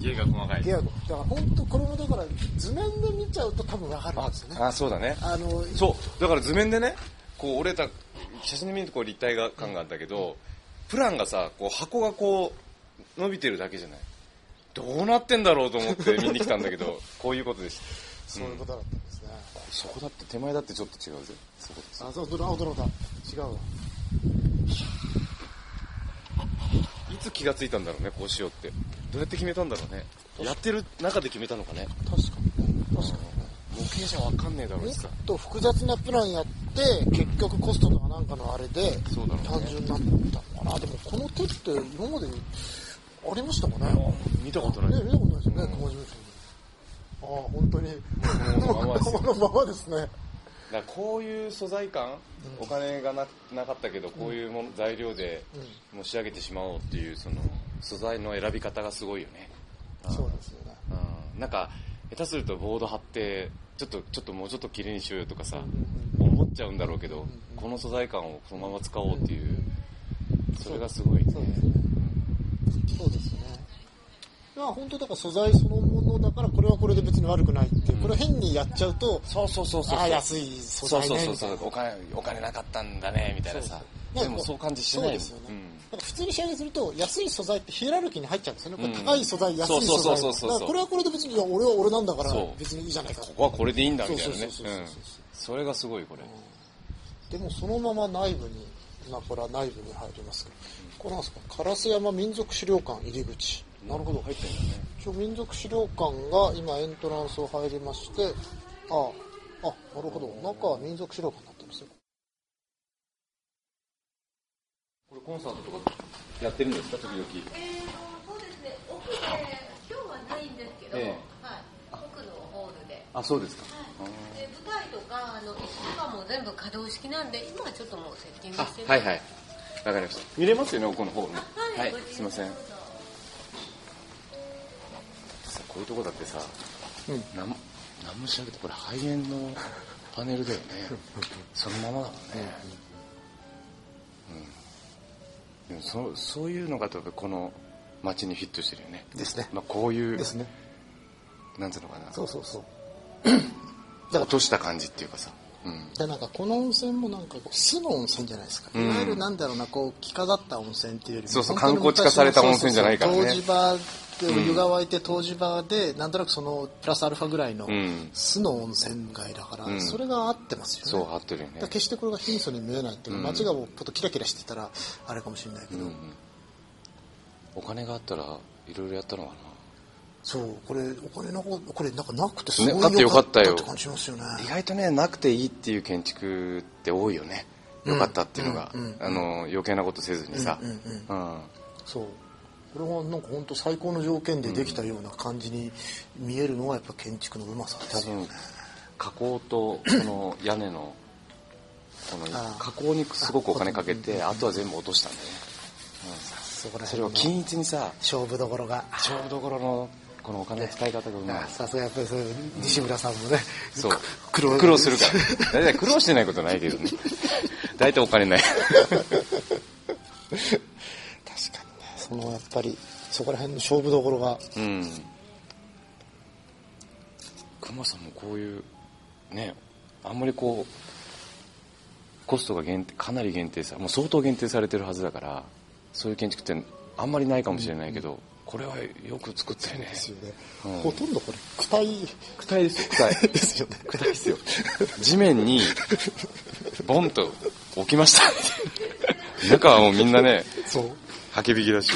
Speaker 2: 家が細か
Speaker 1: い
Speaker 2: い。
Speaker 1: やだから本当これもだから図面で見ちゃうと多分わかるんですよね
Speaker 2: あ、そうだね。
Speaker 1: あの
Speaker 2: そう。だから図面でね、こう折れた、写真で見るとこう立体が感があるんだけど、プランがさ、こう箱がこう、伸びてるだけじゃない。どうなってんだろうと思って見に来たんだ けど、こういうことです。
Speaker 1: そういうことだったんですね、
Speaker 2: そこだって手前だってちょっと違うぜ。そこです。
Speaker 1: あそうドラ驚いた違うわ
Speaker 2: いつ気がついたんだろうね、こうしようって。どうやって決めたんだろうね。やってる中で決めたのかね。
Speaker 1: 確かにね確かにね
Speaker 2: 模型じゃわかんねえだろうし
Speaker 1: ち
Speaker 2: さ
Speaker 1: ょっ。と複雑なプランやっって結局コストとかなんかのあれで
Speaker 2: そうだろうね
Speaker 1: 単純になったのかなでもこの手って今までにありましたかね
Speaker 2: 見たことない
Speaker 1: ね見たことないですよね
Speaker 2: うん
Speaker 1: 工事部長ああ本当に
Speaker 2: もうもう
Speaker 1: このままですね
Speaker 2: だからこういう素材感、お金がななかったけどこういうもの材料でもう仕上げてしまおうっていうその素材の選び方がすごいよね、
Speaker 1: そうなんですよね
Speaker 2: うん、なんか下手するとボード貼ってちょっとちょっともうちょっと綺麗にしようよとかさ、思っちゃうんだろうけど、この素材感をそのまま使おうっていう、それがすごいね
Speaker 1: そうですねそうですねいや本当だから素材そのものだからこれはこれで別に悪くないっていうこれ変にやっちゃうと
Speaker 2: そうそうそうそう
Speaker 1: ああ安い素
Speaker 2: そう
Speaker 1: 材
Speaker 2: そう
Speaker 1: ね
Speaker 2: そう
Speaker 1: みたい
Speaker 2: そ
Speaker 1: うな
Speaker 2: お金お金なかったんだねみたいなさ
Speaker 1: そう
Speaker 2: でもそう感じしないもん
Speaker 1: そうですよね、なんか普通に仕上げすると安い素材ってヒエラルキーに入っちゃうんですよね、これ高い素材安い
Speaker 2: そう
Speaker 1: 素
Speaker 2: そう
Speaker 1: 材
Speaker 2: そうそうそう
Speaker 1: だからこれはこれで別にいや俺は俺なんだから
Speaker 2: そう
Speaker 1: 別にいいじゃないか
Speaker 2: ここはこれでいいんだみたいな
Speaker 1: そ
Speaker 2: ね
Speaker 1: うそうそうそう
Speaker 2: うんそれがすごいこれ、
Speaker 1: でもそのまま内部に今これは内部に入りますけどこれなんですか烏山民族資料館入り口なるほど
Speaker 2: 入ってんだね
Speaker 1: 一応民族資料館が今エントランスを入りましてあああなるほど中は民族資料館になってるんですよ
Speaker 2: これコンサートとかやってるんですか時々
Speaker 4: えーそうですね、奥で、今日はないんですけど、
Speaker 2: ええ
Speaker 4: はい、奥のホールで。
Speaker 2: あそうですか
Speaker 4: はい、で舞台とかあの椅子とかも全部可動式なんで今はちょっともうセッティング
Speaker 2: あ
Speaker 4: してる
Speaker 2: はいはいわかりました見れますよね奥の方も
Speaker 4: い
Speaker 2: はい
Speaker 4: ご自由に
Speaker 2: すいませんさこういうとこだってさ、
Speaker 1: うん
Speaker 2: なん、何もしなくてこれ肺炎のパネルだよね そのままだもんねうん、でもそそういうのが多分この街にフィットしてるよね
Speaker 1: ですね
Speaker 2: まあ、こういう
Speaker 1: ですね
Speaker 2: なんていうのかな
Speaker 1: そうそうそうだから
Speaker 2: 落とした感じっていうかさ、うん、
Speaker 1: でなんかこの温泉もなんかこう素の温泉じゃないですか、
Speaker 2: うん
Speaker 1: いわゆるなんだろうなこう着飾った温泉っていうよりも
Speaker 2: そうそう
Speaker 1: 本当に
Speaker 2: 観光地化された
Speaker 1: 昔の
Speaker 2: 温泉じゃないからね
Speaker 1: そうそうそう湯治場でお湯が沸いて湯治場で、なんとなくそのプラスアルファぐらいの
Speaker 2: うん
Speaker 1: 素の温泉街だから、
Speaker 2: うん
Speaker 1: それが合ってますよね
Speaker 2: そう張ってるよね
Speaker 1: だから決してこれが貧相に見えないっていうか、
Speaker 2: うん
Speaker 1: 街がもうちょっとキラキラしてたらあれかもしれないけど、
Speaker 2: うんお金があったらいろいろやったのか
Speaker 1: そうこれお金のここれなんかなくてすごい
Speaker 2: ねだってよかったよ
Speaker 1: って感じますよね
Speaker 2: な意外とねなくていいっていう建築って多いよねよかったっていうのが、
Speaker 1: うんうんうん
Speaker 2: あの余計なことせずにさ、
Speaker 1: うんうん
Speaker 2: うん
Speaker 1: そうこれはなんか本当最高の条件でできたような感じに見えるのがやっぱ建築のうまさで
Speaker 2: 多
Speaker 1: すよ
Speaker 2: 分加工とその屋根のこの
Speaker 1: あー
Speaker 2: 加工にすごくお金かけてあとは全部落としたんだよね
Speaker 1: そこら
Speaker 2: そ
Speaker 1: 辺
Speaker 2: れ
Speaker 1: の
Speaker 2: を均一にさ
Speaker 1: 勝負どころが
Speaker 2: ちょうどころのこのお金の使い方がうまい
Speaker 1: あさすがやっぱりそういう西村さんもね、
Speaker 2: そう
Speaker 1: 苦労
Speaker 2: 苦労するから大体苦労してないことないけどね大体お金ない
Speaker 1: 確かにねそのやっぱりそこら辺の勝負どころが
Speaker 2: うん熊さんもこういうねあんまりこうコストが限定かなり限定さもう相当限定されてるはずだからそういう建築ってあんまりないかもしれないけど、これはよく作ってるね
Speaker 1: ですよね、
Speaker 2: うん
Speaker 1: ほとんどこれ躯体
Speaker 2: 躯体です躯体
Speaker 1: ですよね
Speaker 2: 躯体ですよ地面にボンと置きました中はもうみんな ね
Speaker 1: そう
Speaker 2: はけびきだし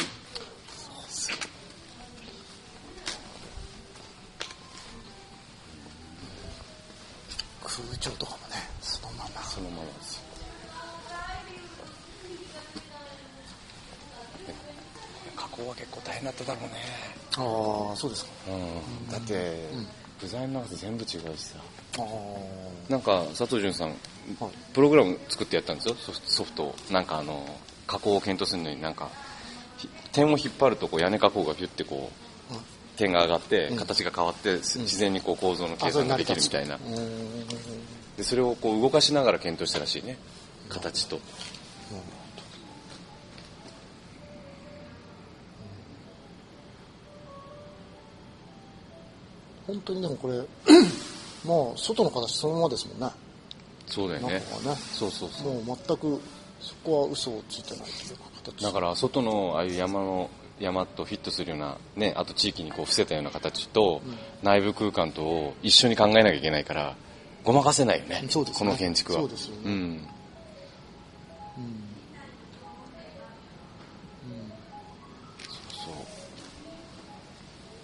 Speaker 1: 空調とかもねそのまま
Speaker 2: そのままですよ加工は結構大変だっただろうね、
Speaker 1: ああそうですか
Speaker 2: うん、だって、具材の中で全部違うしさ
Speaker 1: ああ
Speaker 2: なんか佐藤潤さん
Speaker 1: はい
Speaker 2: プログラム作ってやったんですよソフトソフトをなんかあの加工を検討するのになんかひ点を引っ張るとこう屋根加工がヒュッてこう、
Speaker 1: うん
Speaker 2: 点が上がって
Speaker 1: うん
Speaker 2: 形が変わって、自然にこう構造の計
Speaker 1: あそれ
Speaker 2: 算が
Speaker 1: 成り
Speaker 2: できるみ
Speaker 1: 立つ
Speaker 2: たいな
Speaker 1: うーん
Speaker 2: でそれをこう動かしながら検討したらしいね形と、
Speaker 1: 本当にでもこれ まあ外の形そのままですもんね
Speaker 2: そうだよね
Speaker 1: 中はね
Speaker 2: そうそうそう
Speaker 1: もう全くそこは嘘をついてないというか形
Speaker 2: だから外のああいう山の山とフィットするような、ね、あと地域にこう伏せたような形と、内部空間とを一緒に考えなきゃいけないからごまかせないよね
Speaker 1: そうですね
Speaker 2: この建築は
Speaker 1: そうですよね
Speaker 2: ん、そうそ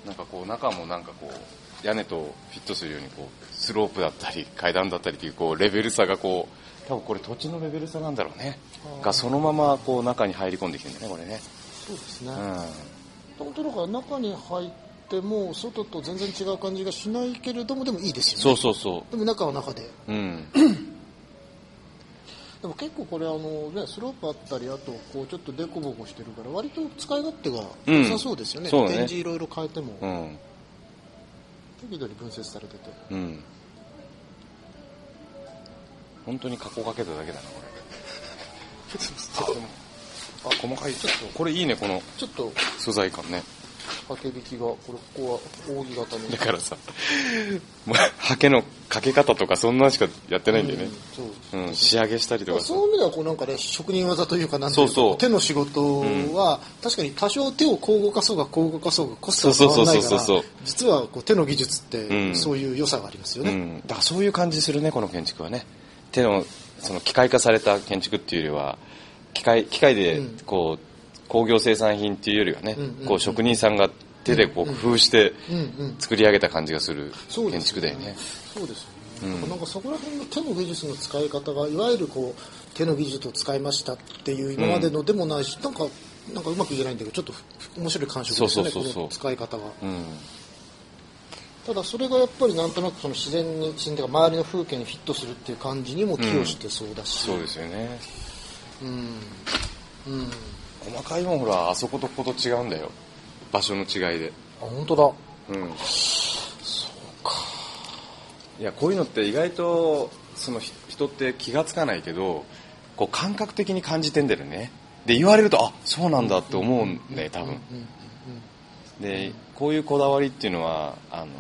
Speaker 2: うなんかこう中もなんかこう屋根とフィットするようにこうスロープだったり階段だったりっていうこうレベル差がこう多分これ土地のレベル差なんだろうねがそのままこう中に入り込んできてるんだねこれね
Speaker 1: そうですね、
Speaker 2: う
Speaker 1: 本当だから中に入っても外と全然違う感じがしないけれどもでもいいですよ
Speaker 2: ん
Speaker 1: ね
Speaker 2: そうそうそ
Speaker 1: でも中は中で
Speaker 2: ううん
Speaker 1: でも結構これあの、ね、スロープあったりあとこうちょっとデコボコしてるから割と使い勝手が
Speaker 2: うん
Speaker 1: 良さそうですよね,、
Speaker 2: そうだね
Speaker 1: 展示いろいろ変えても
Speaker 2: うん
Speaker 1: 適度に分節されて て
Speaker 2: うん本当に加工かけただけだなこれあ細かいちょっとこれいいねこの
Speaker 1: ちょっと
Speaker 2: 素材感ね
Speaker 1: 縦引きがこれここは扇形に
Speaker 2: だからさま刷毛のかけ方とかそんなんしかやってないんだよね
Speaker 1: うん、そう
Speaker 2: うん仕上げしたりとかさ
Speaker 1: そういう意味ではこうなんかね職人技というかなんていうか
Speaker 2: そうそう
Speaker 1: 手の仕事は、確かに多少手をこう動かそうがこう動かそうがコストは
Speaker 2: そ
Speaker 1: 変
Speaker 2: う
Speaker 1: わ
Speaker 2: そ
Speaker 1: ら
Speaker 2: う
Speaker 1: な
Speaker 2: そう
Speaker 1: い
Speaker 2: そ
Speaker 1: か
Speaker 2: う
Speaker 1: ら実はこう手の技術っ
Speaker 2: う
Speaker 1: て
Speaker 2: ん
Speaker 1: そういう良さがありますよね、
Speaker 2: うん、だからそういう感じするねこの建築はね手のその機械化された建築っていうよりは機械機械で
Speaker 1: うん
Speaker 2: こう、工業生産品っていうよりはね、
Speaker 1: うんうんうん
Speaker 2: こう職人さんが手でこう工夫して
Speaker 1: うんうん
Speaker 2: 作り上げた感じがする
Speaker 1: そうで
Speaker 2: 建
Speaker 1: す
Speaker 2: 築だよね
Speaker 1: そうです
Speaker 2: う
Speaker 1: よね、
Speaker 2: ん
Speaker 1: だからなんかそこら辺の手の技術の使い方がいわゆるこう手の技術を使いましたっていう今までのでもないし、なんかなんかうまく言えないんだけどちょっとふ面白い感触ですよね
Speaker 2: そうそうそうそう
Speaker 1: この使い方が
Speaker 2: うん
Speaker 1: ただそれがやっぱりなんとなくその自然に自然というか周りの風景にフィットするっていう感じにも寄与してそうだし、
Speaker 2: そうですよね
Speaker 1: うんうん、あ
Speaker 2: 細かいもんほらあそことここと違うんだよ場所の違いで
Speaker 1: 本当だ。
Speaker 2: うんそうかいやこういうのって意外とそのひ人って気がつかないけどこう感覚的に感じてんだよねで言われるとあそうなんだって思うんだよ多分
Speaker 1: うん
Speaker 2: でこういうこだわりっていうのはあの、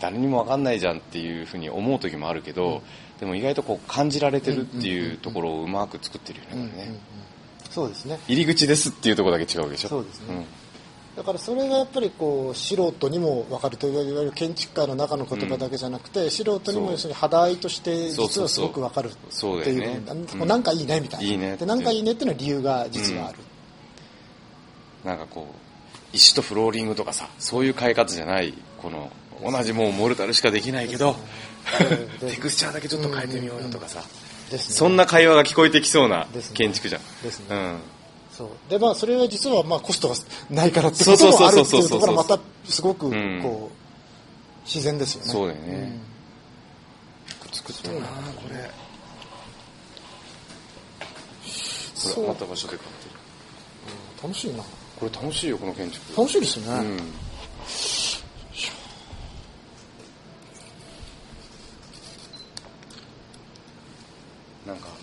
Speaker 2: 誰にも分かんないじゃんっていうふうに思う時もあるけど、でも意外とこう感じられてるっていうところをうまく作ってるよね,、
Speaker 1: うんうんうんうんそうですね。
Speaker 2: 入り口ですっていうところだけ違うでしょ
Speaker 1: そうですねだからそれがやっぱりこう素人にも分かるといういわゆる建築家の中の言葉だけじゃなくて、素人にも要するに肌合いとして
Speaker 2: そう
Speaker 1: 実
Speaker 2: そう
Speaker 1: は
Speaker 2: そ
Speaker 1: す
Speaker 2: う
Speaker 1: ごく分かるって
Speaker 2: そうだよ
Speaker 1: い
Speaker 2: ね
Speaker 1: う部分
Speaker 2: うん
Speaker 1: こうなんかいいねみたいな。
Speaker 2: いいねって
Speaker 1: でなんかいいねっていうのは理由が実はある。
Speaker 2: うん、なんかこう石とフローリングとかさそういう変え方じゃないこの同じもうモルタルしかできないけど
Speaker 1: うんで
Speaker 2: テクスチャーだけちょっと変えてみようよとかさ
Speaker 1: ですね。
Speaker 2: そんな会話が聞こえてきそうな
Speaker 1: ですね
Speaker 2: 建築じゃん
Speaker 1: ですね
Speaker 2: うん
Speaker 1: そうでまあそれは実はまあコストがないからってこともあるっていうところがまたすごく
Speaker 2: うん
Speaker 1: こう自然ですよね。
Speaker 2: そうだよね作ってるなこれこ
Speaker 1: そう
Speaker 2: れ余った場所で買ってる
Speaker 1: 楽しいな。
Speaker 2: これ楽しいよこの建築
Speaker 1: 楽しいですね。
Speaker 2: うんなんかこ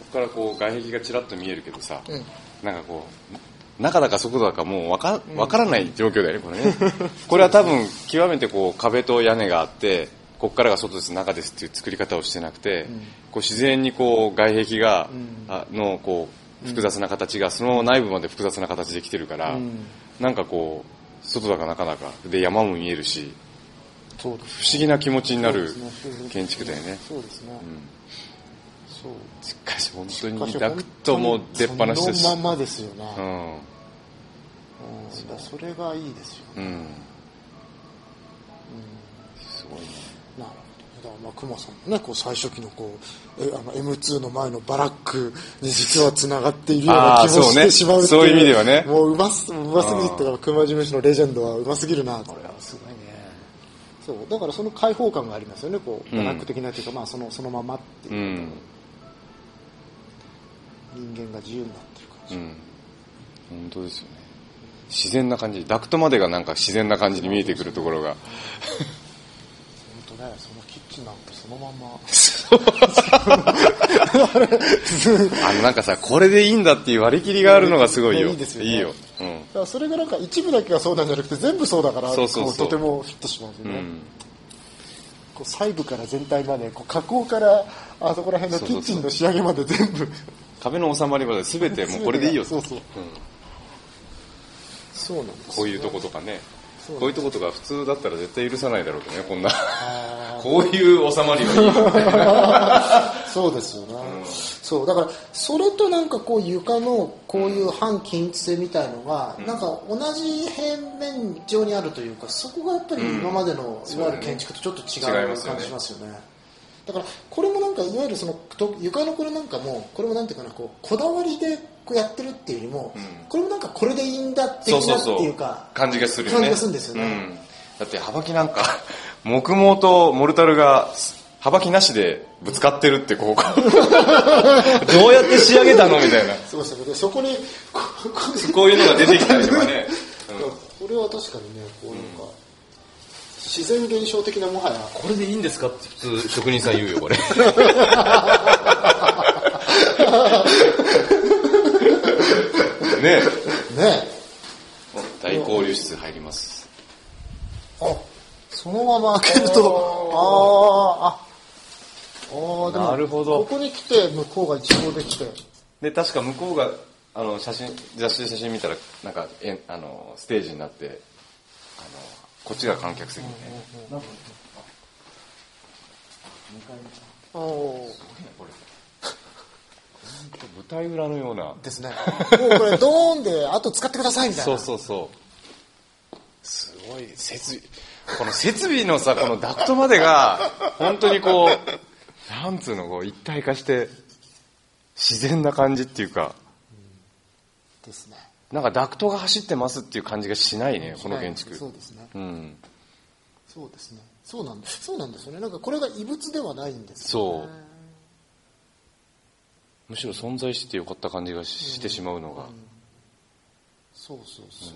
Speaker 2: こからこう外壁がちらっと見えるけどさ、
Speaker 1: うん
Speaker 2: なんかこう中だか外だかもうわかわからない状況だよねこれね これは多分極めてこう壁と屋根があってここからが外です中ですっていう作り方をしてなくて、こう自然にこう外壁が、あのこう複雑な形がそのまま内部まで複雑な形できてるから、
Speaker 1: ん
Speaker 2: なんかこう外だか中だかで山も見えるし
Speaker 1: そうです
Speaker 2: 不思議な気持ちになる
Speaker 1: そうですね
Speaker 2: 建築だよね。
Speaker 1: そうですね。そう。
Speaker 2: しかし本当
Speaker 1: しか
Speaker 2: に
Speaker 1: し
Speaker 2: ダクトも出っ放しだし
Speaker 1: そのままですよね。
Speaker 2: う
Speaker 1: うん
Speaker 2: ん
Speaker 1: だからそれがいいですよね。
Speaker 2: うんすごいね
Speaker 1: なるほど。だからまあ熊さんもね、こう最初期のこうえあの M2 の前のバラックに実は繋がっているような
Speaker 2: あー
Speaker 1: 気もし
Speaker 2: そうね
Speaker 1: てしまうって
Speaker 2: そういう意味ではね
Speaker 1: もううますうますぎるって
Speaker 2: う
Speaker 1: だから熊事務所のレジェンドはうますぎるなこれは
Speaker 2: すごいね
Speaker 1: そうだからその開放感がありますよねこうバラック的なというか、まあそのそのままってい
Speaker 2: う
Speaker 1: う、
Speaker 2: ん
Speaker 1: 人間が自由になってる感
Speaker 2: う
Speaker 1: じ。
Speaker 2: ん本当ですよね自然な感じダクトまでがなんか自然な感じに見えてくるところが
Speaker 1: 本当ねそのキッチンなんてそのま んま。
Speaker 2: あのなんかさこれでいいんだっていう割り切りがあるのがすごいよ
Speaker 1: いいですよね
Speaker 2: いいようん
Speaker 1: だからそれがなんか一部だけがそうなんじゃなくて全部そうだから
Speaker 2: そうそうそう
Speaker 1: ことてもフィットしますよ
Speaker 2: う
Speaker 1: ね、
Speaker 2: ん
Speaker 1: こう細部から全体までこう加工からあそこら辺の
Speaker 2: そう
Speaker 1: キ
Speaker 2: そうそ
Speaker 1: ッ
Speaker 2: う
Speaker 1: チンの仕上げまで全部
Speaker 2: 壁の収まりまで全てもうこれでいいよ
Speaker 1: そうそう
Speaker 2: うん
Speaker 1: そうなんですよ
Speaker 2: こういうとことかね
Speaker 1: そうね
Speaker 2: こういうとことか普通だったら絶対許さないだろうけどねこんな
Speaker 1: あ
Speaker 2: こういう収 まりはいいよ
Speaker 1: ーそうですよね、そうだからそれとなんかこう床のこういう半均一性みたいのが、なんか同じ平面上にあるというかそこがやっぱり今までのいわゆる建築とちょっと違
Speaker 2: 違いうますよね
Speaker 1: 感じしますよね,、だからこれもなんかいわゆるそのと床のこれなんかもこれもなんていうかなこうこだわりでこうやってるっていうよりも、
Speaker 2: うん
Speaker 1: これもなんかこれでいいんだ的
Speaker 2: そうそ
Speaker 1: な
Speaker 2: う
Speaker 1: って
Speaker 2: そう
Speaker 1: いうか
Speaker 2: 感じがするよね
Speaker 1: 感じがするんですよね
Speaker 2: うん、だって幅木なんか 木毛とモルタルが幅木なしでぶつかってるってこう どうやって仕上げたのみたいな
Speaker 1: そうですよねそこにこ こ
Speaker 2: こういうのが出てきたりとか ね、
Speaker 1: これは確かにねこうなんか、自然現象的なもはや
Speaker 2: これでいいんですかって普通職人さん言うよ これね
Speaker 1: ね
Speaker 2: 大交流室入ります
Speaker 1: あそのまま開けるとあーああーでも
Speaker 2: なるほど
Speaker 1: ここに来て向こうが一望できて
Speaker 2: で確か向こうがあの写真雑誌で写真見たらなんかえあのステージになってあのこっちが観客席にね、
Speaker 1: おお
Speaker 2: これ舞台裏のような
Speaker 1: ですねもうこれドーンであと使ってくださいみたいな
Speaker 2: そうそうそうすごい設備この設備 のさこのダクトまでが本当にこうなんつうのこう一体化して自然な感じっていうか
Speaker 1: ですね
Speaker 2: なんかダクトが走ってますっていう感じがしないねこの建築、
Speaker 1: はいそうですね
Speaker 2: うん
Speaker 1: そうですねそうなんですそうなんですよねなんかこれが異物ではないんですよ
Speaker 2: そうむしろ存在してよかった感じがししてしまうのが、
Speaker 1: そうそうそう、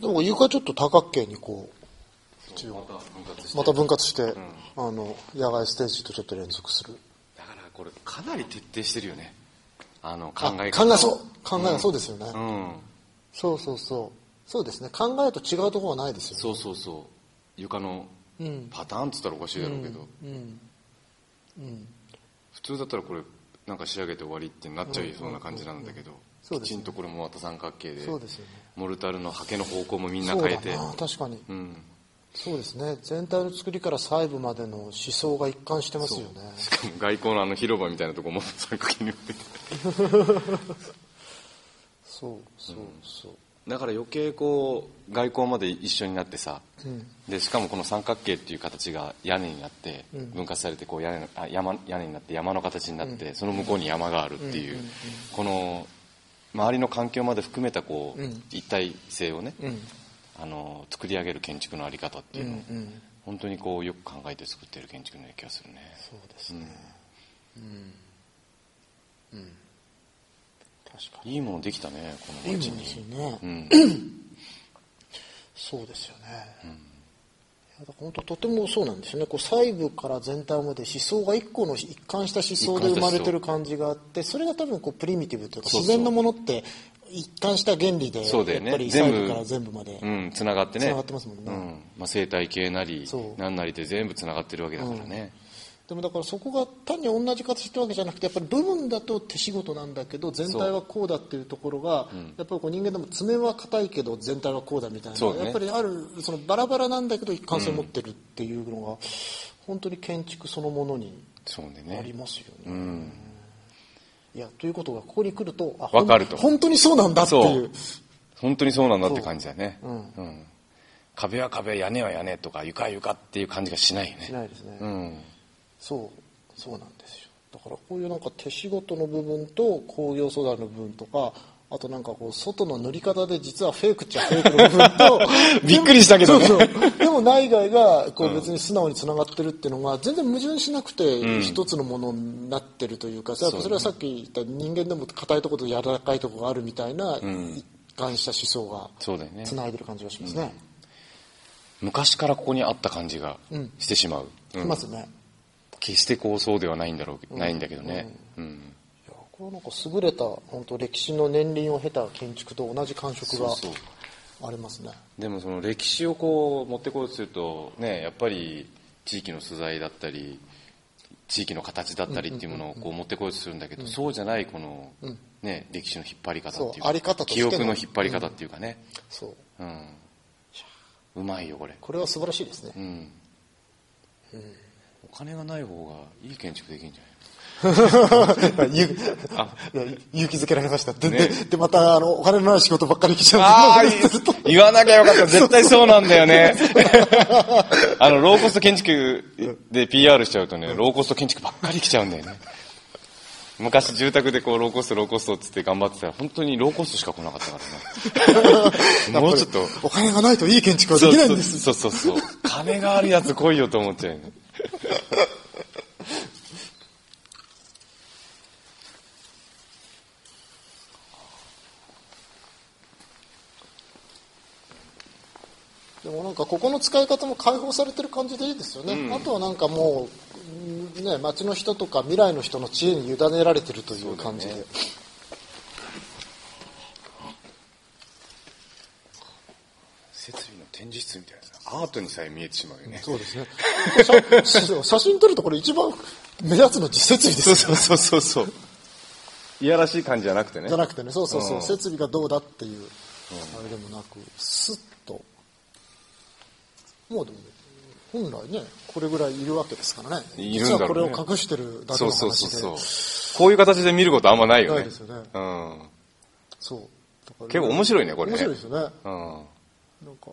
Speaker 1: でも床ちょっと多角形にこ
Speaker 2: また分割して
Speaker 1: うまた分割して、あの野外ステージとちょっと連続する
Speaker 2: だからこれかなり徹底してるよねあの考
Speaker 1: あ
Speaker 2: え
Speaker 1: 考
Speaker 2: 方
Speaker 1: えそう考えがそうですよね、
Speaker 2: うん
Speaker 1: そうそうそうそうですね考えと違うところはないですよね
Speaker 2: そうそうそう床の
Speaker 1: うん
Speaker 2: パターンっつったらおかしいだろうけど、
Speaker 1: うん
Speaker 2: 普通だったらこれなんか仕上げて終わりってなっちゃいそうな感じなんだけど、
Speaker 1: そうで
Speaker 2: き
Speaker 1: す
Speaker 2: ち
Speaker 1: ね
Speaker 2: んとこれもまた三角形で
Speaker 1: そうですよね
Speaker 2: モルタルの刷毛の方向もみんな
Speaker 1: そう
Speaker 2: 変え
Speaker 1: だ
Speaker 2: て
Speaker 1: な確かに、
Speaker 2: うん
Speaker 1: そうですね全体の作りから細部までの思想が一貫してますよね
Speaker 2: しかも外交のあの広場みたいなとこも三角形に埋めて
Speaker 1: そうそうそう
Speaker 2: だから余計こう外交まで一緒になってさ、
Speaker 1: ん
Speaker 2: でしかもこの三角形っていう形が屋根になって
Speaker 1: ん
Speaker 2: 分割されてこう屋根のあ山屋根になって山の形になって、その向こうに山があるっていう、この周りの環境まで含めたこう、
Speaker 1: うん
Speaker 2: 一体性をね、
Speaker 1: うん
Speaker 2: あの作り上げる建築のあり方っていう
Speaker 1: う
Speaker 2: のを、
Speaker 1: んうん
Speaker 2: 本当にこうよく考えて作ってる建築の気がするね
Speaker 1: そうですね確か
Speaker 2: いいものできたねこ
Speaker 1: に
Speaker 2: の
Speaker 1: いい
Speaker 2: 街
Speaker 1: もんですよ
Speaker 2: に
Speaker 1: ね、
Speaker 2: うん、
Speaker 1: そうですよね、いやだから本当とてもそうなんですよねこう細部から全体まで思想が一個の一貫した思想で
Speaker 2: 一貫し
Speaker 1: 生
Speaker 2: た
Speaker 1: ま
Speaker 2: 思想
Speaker 1: れてる感じがあってそれが多分こうプリミティブというか
Speaker 2: そうそ
Speaker 1: 自
Speaker 2: う
Speaker 1: 然のものって一貫した原理で
Speaker 2: そうだよね
Speaker 1: やっぱり細
Speaker 2: 全部
Speaker 1: 部から全部まで
Speaker 2: うん、つながってね
Speaker 1: つながってますもんね
Speaker 2: うんまあ、生態系なり
Speaker 1: そう
Speaker 2: なんなりで全部つながってるわけだからね、
Speaker 1: でもだからそこが単に同じ形ってわけじゃなくてやっぱり部分だと手仕事なんだけど全体はこうだっていうところが、やっぱりこう人間でも爪は硬いけど全体はこうだみたいな、
Speaker 2: そうね
Speaker 1: やっぱりあるそのバラバラなんだけど一貫性を持ってるっていうのが、本当に建築そのものに
Speaker 2: そうで
Speaker 1: あり
Speaker 2: ね
Speaker 1: ますよね。いやということがここに来るとあ
Speaker 2: わかると
Speaker 1: ほん本当にそうなんだっていう
Speaker 2: 本当にそうなんだって感じだね
Speaker 1: う
Speaker 2: うんん、壁は壁屋根は屋根とか床は床っていう感じがしないよね
Speaker 1: しないですね、
Speaker 2: うん
Speaker 1: そうそうなんですよだからこういうなんか手仕事の部分と工業素材の部分とかあとなんかこう外の塗り方で実はフェイクっちゃフェイクの部分と
Speaker 2: びっくりしたけどね
Speaker 1: そうそうでも内外がこう別に素直につながってるっていうのが全然矛盾しなくて一つのものになってるというか、やっぱそれはさっき言った人間でも硬いところと柔らかいところがあるみたいな一貫した思想
Speaker 2: そうだよ
Speaker 1: が
Speaker 2: ね
Speaker 1: つないでる感じがしますね、
Speaker 2: 昔からここにあった感じが
Speaker 1: うん
Speaker 2: してしまう、うん
Speaker 1: しますね
Speaker 2: 決してこうそうではないんだろう、ないんだけどね、うん、
Speaker 1: いやこれはなんか優れた本当歴史の年輪を経た建築と同じ感触が
Speaker 2: そうそう
Speaker 1: ありますね
Speaker 2: でもその歴史をこう持ってこようとするとねやっぱり地域の素材だったり地域の形だったりっていうものをこう持ってこようとするんだけど、そうじゃないこの、ね歴史の引っ張り方っていう
Speaker 1: そうあり方として
Speaker 2: 記
Speaker 1: の
Speaker 2: 憶の引っ張り方っていうかね、
Speaker 1: そう
Speaker 2: うんうまいよこれ
Speaker 1: これは素晴らしいですね
Speaker 2: う、んお金がない方がいい建築できるんじゃない
Speaker 1: ゆ
Speaker 2: あ
Speaker 1: 勇気づけられましたで,で、
Speaker 2: ね
Speaker 1: でまたあのお金のない仕事ばっかり来ち
Speaker 2: あ
Speaker 1: ゃ
Speaker 2: あ
Speaker 1: うん
Speaker 2: い
Speaker 1: で
Speaker 2: い言わなきゃよかった絶対そうなんだよね あのローコスト建築で PR しちゃうとねローコスト建築ばっかり来ちゃうんだよね昔住宅でこうローコストローコストっつって頑張ってたら本当にローコストしか来なかった からねもうちょっと
Speaker 1: お金がないといい建築はできないんです
Speaker 2: そうそうそうそう金があるやつ来いよと思っちゃうよね
Speaker 1: でもなんかここの使い方も開放されてる感じでいいですよね、あとはなんかもう、うんね、町の人とか未来の人の知恵に委ねられてるという感じで、
Speaker 2: 設備の展示室みたいなさアートにさえ見えてしまうよね
Speaker 1: そうですねこれ写写真撮るとこれ一番目立つの実設備です
Speaker 2: そ
Speaker 1: よ
Speaker 2: うそうそうそうそういやらしい感じじゃなくてね
Speaker 1: じゃなくてねそうそうそう、
Speaker 2: うん
Speaker 1: 設備がどうだっていう、あれでもなくスッともうでも本来ねこれぐらいいるわけですからね
Speaker 2: いるんだろ
Speaker 1: 実は
Speaker 2: うね
Speaker 1: これを隠してるだけ
Speaker 2: そ
Speaker 1: の話で
Speaker 2: うそうそうそうこういう形で見ることあんまないよね
Speaker 1: ないですよね
Speaker 2: うん、
Speaker 1: そうだから
Speaker 2: 結構面白いねこれね
Speaker 1: 面白いですよねなんか
Speaker 2: う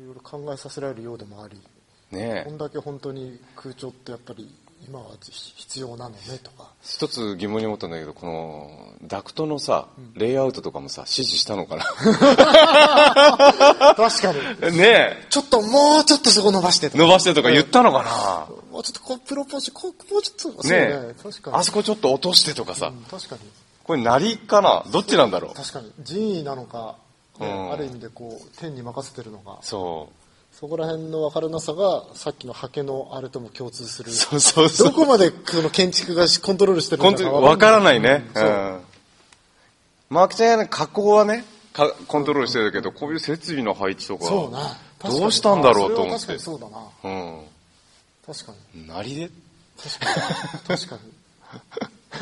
Speaker 2: ん、
Speaker 1: いろいろ考えさせられるようでもあり
Speaker 2: ね
Speaker 1: こ
Speaker 2: え
Speaker 1: んだけ本当に空調ってやっぱり今は必要なのねと か
Speaker 2: 一つ疑問に思ったんだけどこのダクトのさレイアウトとかもさ指示したの かな
Speaker 1: 確かに
Speaker 2: ねえ
Speaker 1: ちょっともうちょっとそこ伸ばしてとか
Speaker 2: 伸ばしてとか言ったのかな、
Speaker 1: もうちょっとこうプロポージこうもうちょっとそうね
Speaker 2: ねえ
Speaker 1: 確かに
Speaker 2: あそこちょっと落としてとかさ、
Speaker 1: うん確かに
Speaker 2: これなりかなどっちなんだろう
Speaker 1: 確かに人為なのか、ね
Speaker 2: うん
Speaker 1: ある意味でこう天に任せてるのか
Speaker 2: そう
Speaker 1: そこら辺の分からなさがさっきのハケのあれとも共通する
Speaker 2: そうそうそう
Speaker 1: どこまでこの建築がコントロールしてる
Speaker 2: 本
Speaker 1: の
Speaker 2: 当
Speaker 1: か
Speaker 2: にわから
Speaker 1: い
Speaker 2: ないね。うん。マークちゃんやね、加工はね、かコントロールしてるけど、こういう設備の配置とか。
Speaker 1: そうね確かに
Speaker 2: どうしたんだろうと思
Speaker 1: あ
Speaker 2: っ
Speaker 1: それ
Speaker 2: て
Speaker 1: は確かに。そうだな
Speaker 2: う
Speaker 1: 確かに
Speaker 2: ん。なりで
Speaker 1: 確かに確かに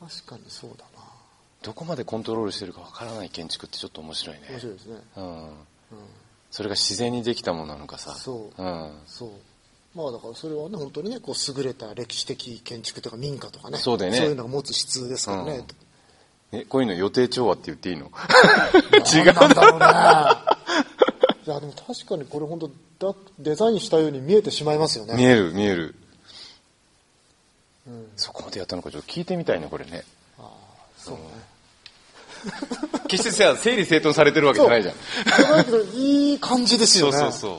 Speaker 1: 確かにそうだな
Speaker 2: どこまでコントロールしてるかわからない建築ってちょっと面白いね。
Speaker 1: 面白いですね
Speaker 2: うん。それが自然にできたものなのかさ。
Speaker 1: そう
Speaker 2: うん。
Speaker 1: そうまあだからそれはね本当にねこう優れた歴史的建築とか民家とかね
Speaker 2: そうだよね
Speaker 1: そういうのが持つ質ですからね、
Speaker 2: うんえ、こういうの予定調和って言ってい いの 違
Speaker 1: なん
Speaker 2: う
Speaker 1: だろうね。いや、でも確かにこれ本当だデザインしたように見えてしまいますよね。
Speaker 2: 見える、見える。そこまでやったのかちょっと聞いてみたいね、これね。
Speaker 1: そうね。
Speaker 2: 決してさ、整理整頓されてるわけじゃないじゃん。
Speaker 1: そうだけどいい感じですよ
Speaker 2: そう
Speaker 1: ね。
Speaker 2: そうそう。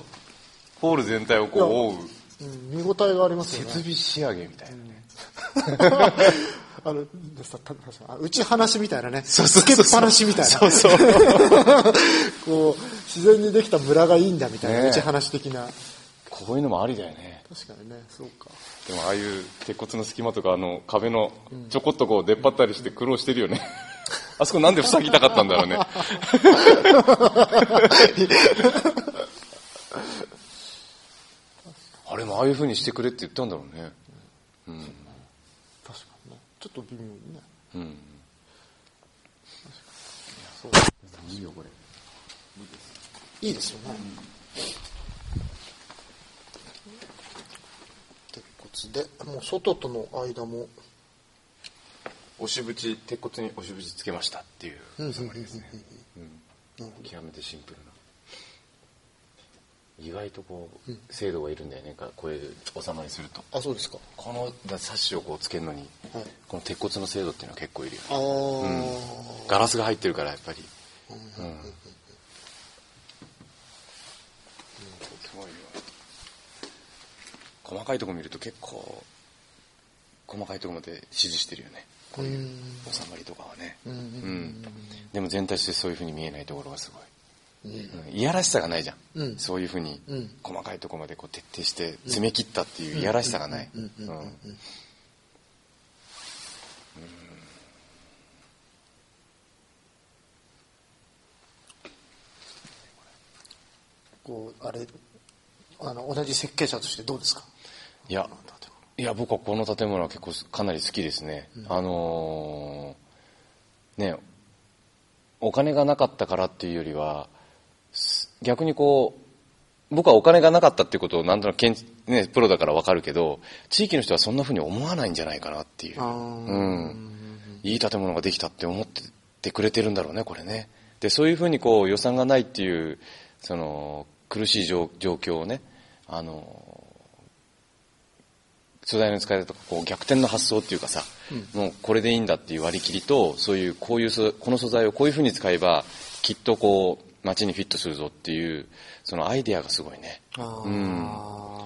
Speaker 2: ホール全体をこう覆う。
Speaker 1: うん見応えがありますよ
Speaker 2: 設
Speaker 1: ね。
Speaker 2: 備仕上げみたいなね。
Speaker 1: あの、さた確かにあ打ち話みたいなね。
Speaker 2: うそう
Speaker 1: つけっぱなしみたいな。
Speaker 2: そう。
Speaker 1: こう、自然にできた村がいいんだみたいな、
Speaker 2: ねえ
Speaker 1: 打ち話的な。
Speaker 2: こういうのもありだよね。
Speaker 1: 確かにね、そうか。
Speaker 2: でもああいう鉄骨の隙間とか、あの壁のちょこっとこう出っ張ったりして苦労してるよね。 あそこなんで塞ぎたかったんだろうね。あれもああいう風にしてくれって言ったんだろうね。
Speaker 1: 確かにね。ちょっと微妙にね。
Speaker 2: いいよ、これ。
Speaker 1: いいですよね。鉄骨で、もう外との間も、
Speaker 2: 押し縁、鉄骨に押し縁つけましたっていう収まりですね。
Speaker 1: なるほど
Speaker 2: 極めてシンプルな意外とこう精度がいるんだよねかこういう収まりすると
Speaker 1: あ、そうですか。
Speaker 2: このだサッシをこうつけるのに、
Speaker 1: はい
Speaker 2: この鉄骨の精度っていうのは結構いるよね
Speaker 1: ああ、
Speaker 2: ガラスが入ってるからやっぱりうん、すごいよ細かいとこ見ると結構細かいとこまで指示してるよねこういう収まりとかはねうん、でも全体としてそういうふうに見えないところがすごい、うんいやらしさがないじゃん、
Speaker 1: うん
Speaker 2: そういうふうに
Speaker 1: ん
Speaker 2: 細かいとこまでこう徹底して詰め切ったっていういやらしさがないうん
Speaker 1: こう、あれ、あの、同じ設計者としてどうですか
Speaker 2: いやいや僕はこの建物は結構かなり好きですね、あのーねお金がなかったからっていうよりは逆にこう僕はお金がなかったっていうことをなんとなくけん、ね、プロだから分かるけど地域の人はそんなふうに思わないんじゃないかなっていう、うん、いい建物ができたって思っててくれてるんだろうねこれねでそういうふうにこう予算がないっていうその苦しい状状況をねあの素材の使い方とかこう逆転の発想っていうかさ、もうこれでいいんだっていう割り切りとそういうこういうそこの素材をこういうふうに使えばきっとこう街にフィットするぞっていうそのアイデアがすごいね
Speaker 1: あー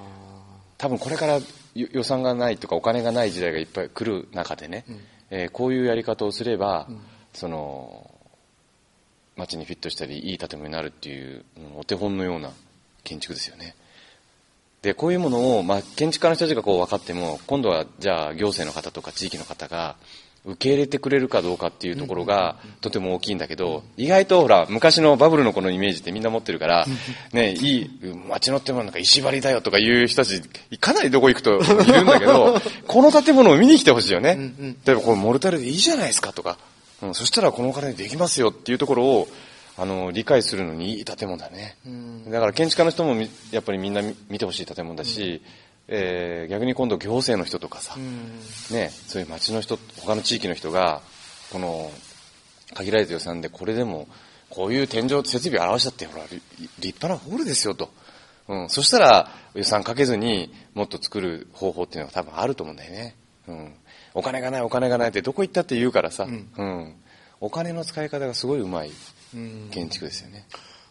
Speaker 2: 多分これからよ予算がないとかお金がない時代がいっぱい来る中でね、えーこういうやり方をすれば、その街にフィットしたりいい建物になるっていう、うんお手本のような建築ですよねでこういうものを、まあ、建築家の人たちがこう分かっても今度はじゃあ行政の方とか地域の方が受け入れてくれるかどうかっていうところがとても大きいんだけど意外とほら昔のバブルのこのイメージってみんな持ってるからねいいうん街の建物なんか石張りだよとかいう人たちかなりどこ行くといるんだけ どこの建物を見に来てほしいよね例えばこれモルタルでいいじゃないですかとかうんそしたらこのお金でできますよっていうところをあの理解するのにいい建物だね、だから建築家の人もみやっぱりみんな見見てほしい建物だし、えー逆に今度行政の人とかさ、ね、そういう町の人他の地域の人がこの限られた予算でこれでもこういう天井設備表したってほらり立派なホールですよと、うん、そしたら予算かけずにもっと作る方法っていうのが多分あると思うんだよね、うん、お金がないお金がないってどこ行ったって言うからさ、うんお金の使い方がすごいうまい建築ですよね、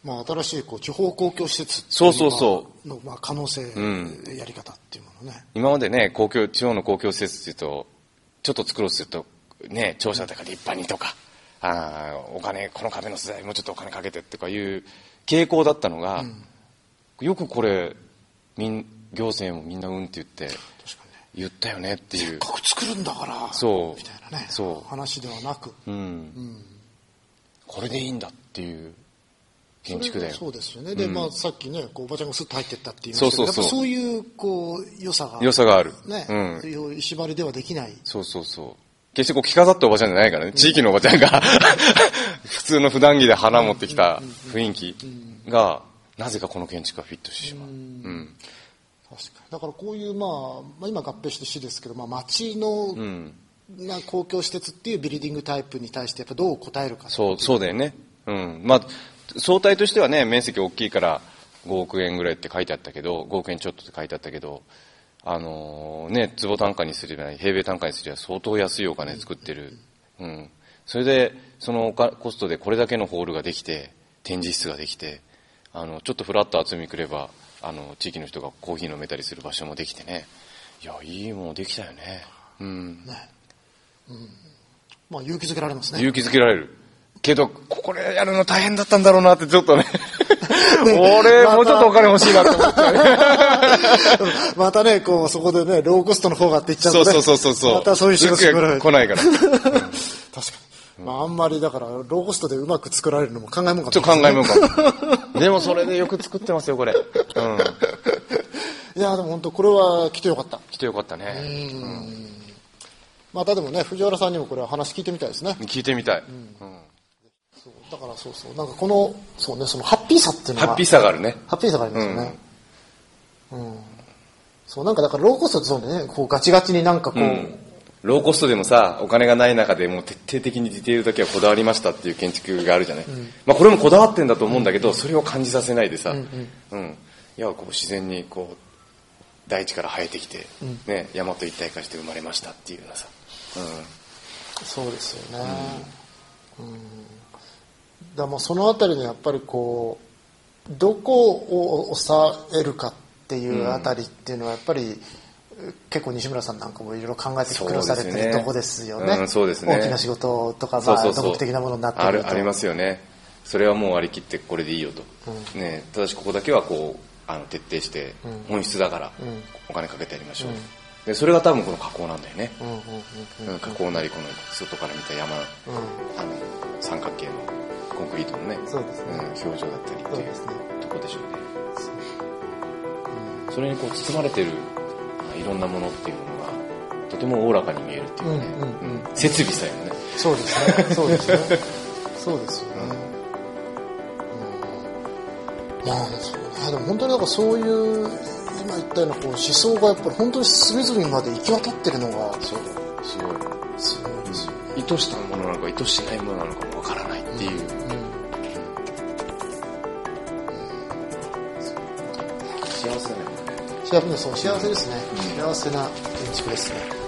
Speaker 1: まあ、新しいこう地方公共施設ってい
Speaker 2: そうそうそう
Speaker 1: のがの、まあ、可能性、
Speaker 2: ん
Speaker 1: やり方っていうものね
Speaker 2: 今までね公共地方の公共施設っていうとちょっと作ろうとするとね庁舎とか立派にとかあーお金この壁の素材もうちょっとお金かけてとかいう傾向だったのが、よくこれみん行政もみんなうんって言って
Speaker 1: 確かにね
Speaker 2: 言ったよねっていう
Speaker 1: 各作るんだから
Speaker 2: そう
Speaker 1: みたいなね
Speaker 2: そう
Speaker 1: 話ではなく
Speaker 2: うん、これでいいんだっていう建築だよ
Speaker 1: そうですよね。で、まあ、さっきね、こう、おばちゃんがスッと入ってったっていう
Speaker 2: そうそうそう
Speaker 1: そういう、こう、良さが。
Speaker 2: 良さがある
Speaker 1: ね。
Speaker 2: うん
Speaker 1: いう石張りではできない。
Speaker 2: そうそうそう。決してこう着飾ったおばちゃんじゃないからね。地域のおばちゃんが、 普通の普段着で花持ってきた雰囲気が、なぜかこの建築がフィットしてしまう。うん。
Speaker 1: 確かに。だからこういう、まあ、まあ、今合併して市ですけど、まあ、町の、な公共施設っていうビルディングタイプに対してやっぱどう応えるか
Speaker 2: そう、そうだよね。うん。まあ、総体としてはね、面積大きいから5億円ぐらいって書いてあったけど、5億円ちょっとって書いてあったけど、あのーね、坪単価にすれば、平米単価にすれば相当安いお金作ってる。うん。それで、そのおかコストでこれだけのホールができて、展示室ができて、あの、ちょっとフラッと厚みくれば、あの、地域の人がコーヒー飲めたりする場所もできてね。いや、いいものできたよね。うん。
Speaker 1: まあ、勇気づけられますね
Speaker 2: 勇気づけられる。けど、ここでやるの大変だったんだろうなってちょっとね。俺、もうちょっとお金欲しいなと思っちゃうね。
Speaker 1: またねこうそこでねローコストの方がって言っちゃう
Speaker 2: そ
Speaker 1: と、
Speaker 2: う
Speaker 1: ね、
Speaker 2: そうそうそうそう。
Speaker 1: またそういう仕事
Speaker 2: ルッ
Speaker 1: が
Speaker 2: ク
Speaker 1: られ
Speaker 2: が
Speaker 1: る
Speaker 2: 来ないから。ちょっ
Speaker 1: 確かに、まあ、あんまりだからローコストでうまく作られるのも考えもんか
Speaker 2: と考えもんか。でもそれでよく作ってますよ、これ。うん。
Speaker 1: いやでも本当これは来てよかった
Speaker 2: 来てよかったね。
Speaker 1: またでもね藤原さんにもこれは話聞いてみたいですね
Speaker 2: 聞いてみたい。
Speaker 1: そうだからそうそうなんかこのそうねそのハッピーさっていうの
Speaker 2: ハ
Speaker 1: が
Speaker 2: ッピーさがあるね。
Speaker 1: ハッピーさがありますよねうん、そうなんかだからローコストってそうねこうガチガチになんかこう、
Speaker 2: うんローコストでもさ、お金がない中でもう徹底的にディテールだけはこだわりましたっていう建築があるじゃない。まあこれもこだわってんだと思うんだけど、それを感じさせないでさ、うん。いや、こう自然にこう、大地から生えてきて、ね、山と一体化して生まれましたっていうようなさ。
Speaker 1: そうですよね、うんだからもうそのあたりのやっぱりこうどこを抑えるかっていうあたりっていうのはやっぱり、結構西村さんなんかもいろいろ考えて苦労されて
Speaker 2: そうです
Speaker 1: る
Speaker 2: ね
Speaker 1: とこですよね
Speaker 2: うんそうですね
Speaker 1: 大きな仕事とか、
Speaker 2: そ
Speaker 1: ま
Speaker 2: う
Speaker 1: あ、
Speaker 2: そう
Speaker 1: 土
Speaker 2: そう
Speaker 1: 木的なものになって
Speaker 2: あ
Speaker 1: る
Speaker 2: る
Speaker 1: と
Speaker 2: ありますよねそれはもう割り切ってこれでいいよと、ね、ただしここだけはこうあの徹底して本質だからお金かけてやりましょう、でそれが多分この加工なんだよね、うん加工なりこの外から見た山、あの三角形のコンクリートのね
Speaker 1: そうですね
Speaker 2: ん表情だったりって
Speaker 1: そう
Speaker 2: いう
Speaker 1: ですね
Speaker 2: とこでしょうねそれにこう包まれてるあいろんなものっていうものがとてもおおらかに見えるっていうかね、
Speaker 1: うんうん
Speaker 2: うん設備さえもね
Speaker 1: そうですねそうですねそうですよね、うんなんですかねあでも本当になんかそういう今言ったようなこう思想がやっぱり本当に隅々まで行き渡ってるのが
Speaker 2: そうすごい
Speaker 1: すごいですよね
Speaker 2: 意図したものなのか意図してないものなのかもわからないっていう、幸せだね
Speaker 1: 幸せですね幸せですね幸せな建築ですね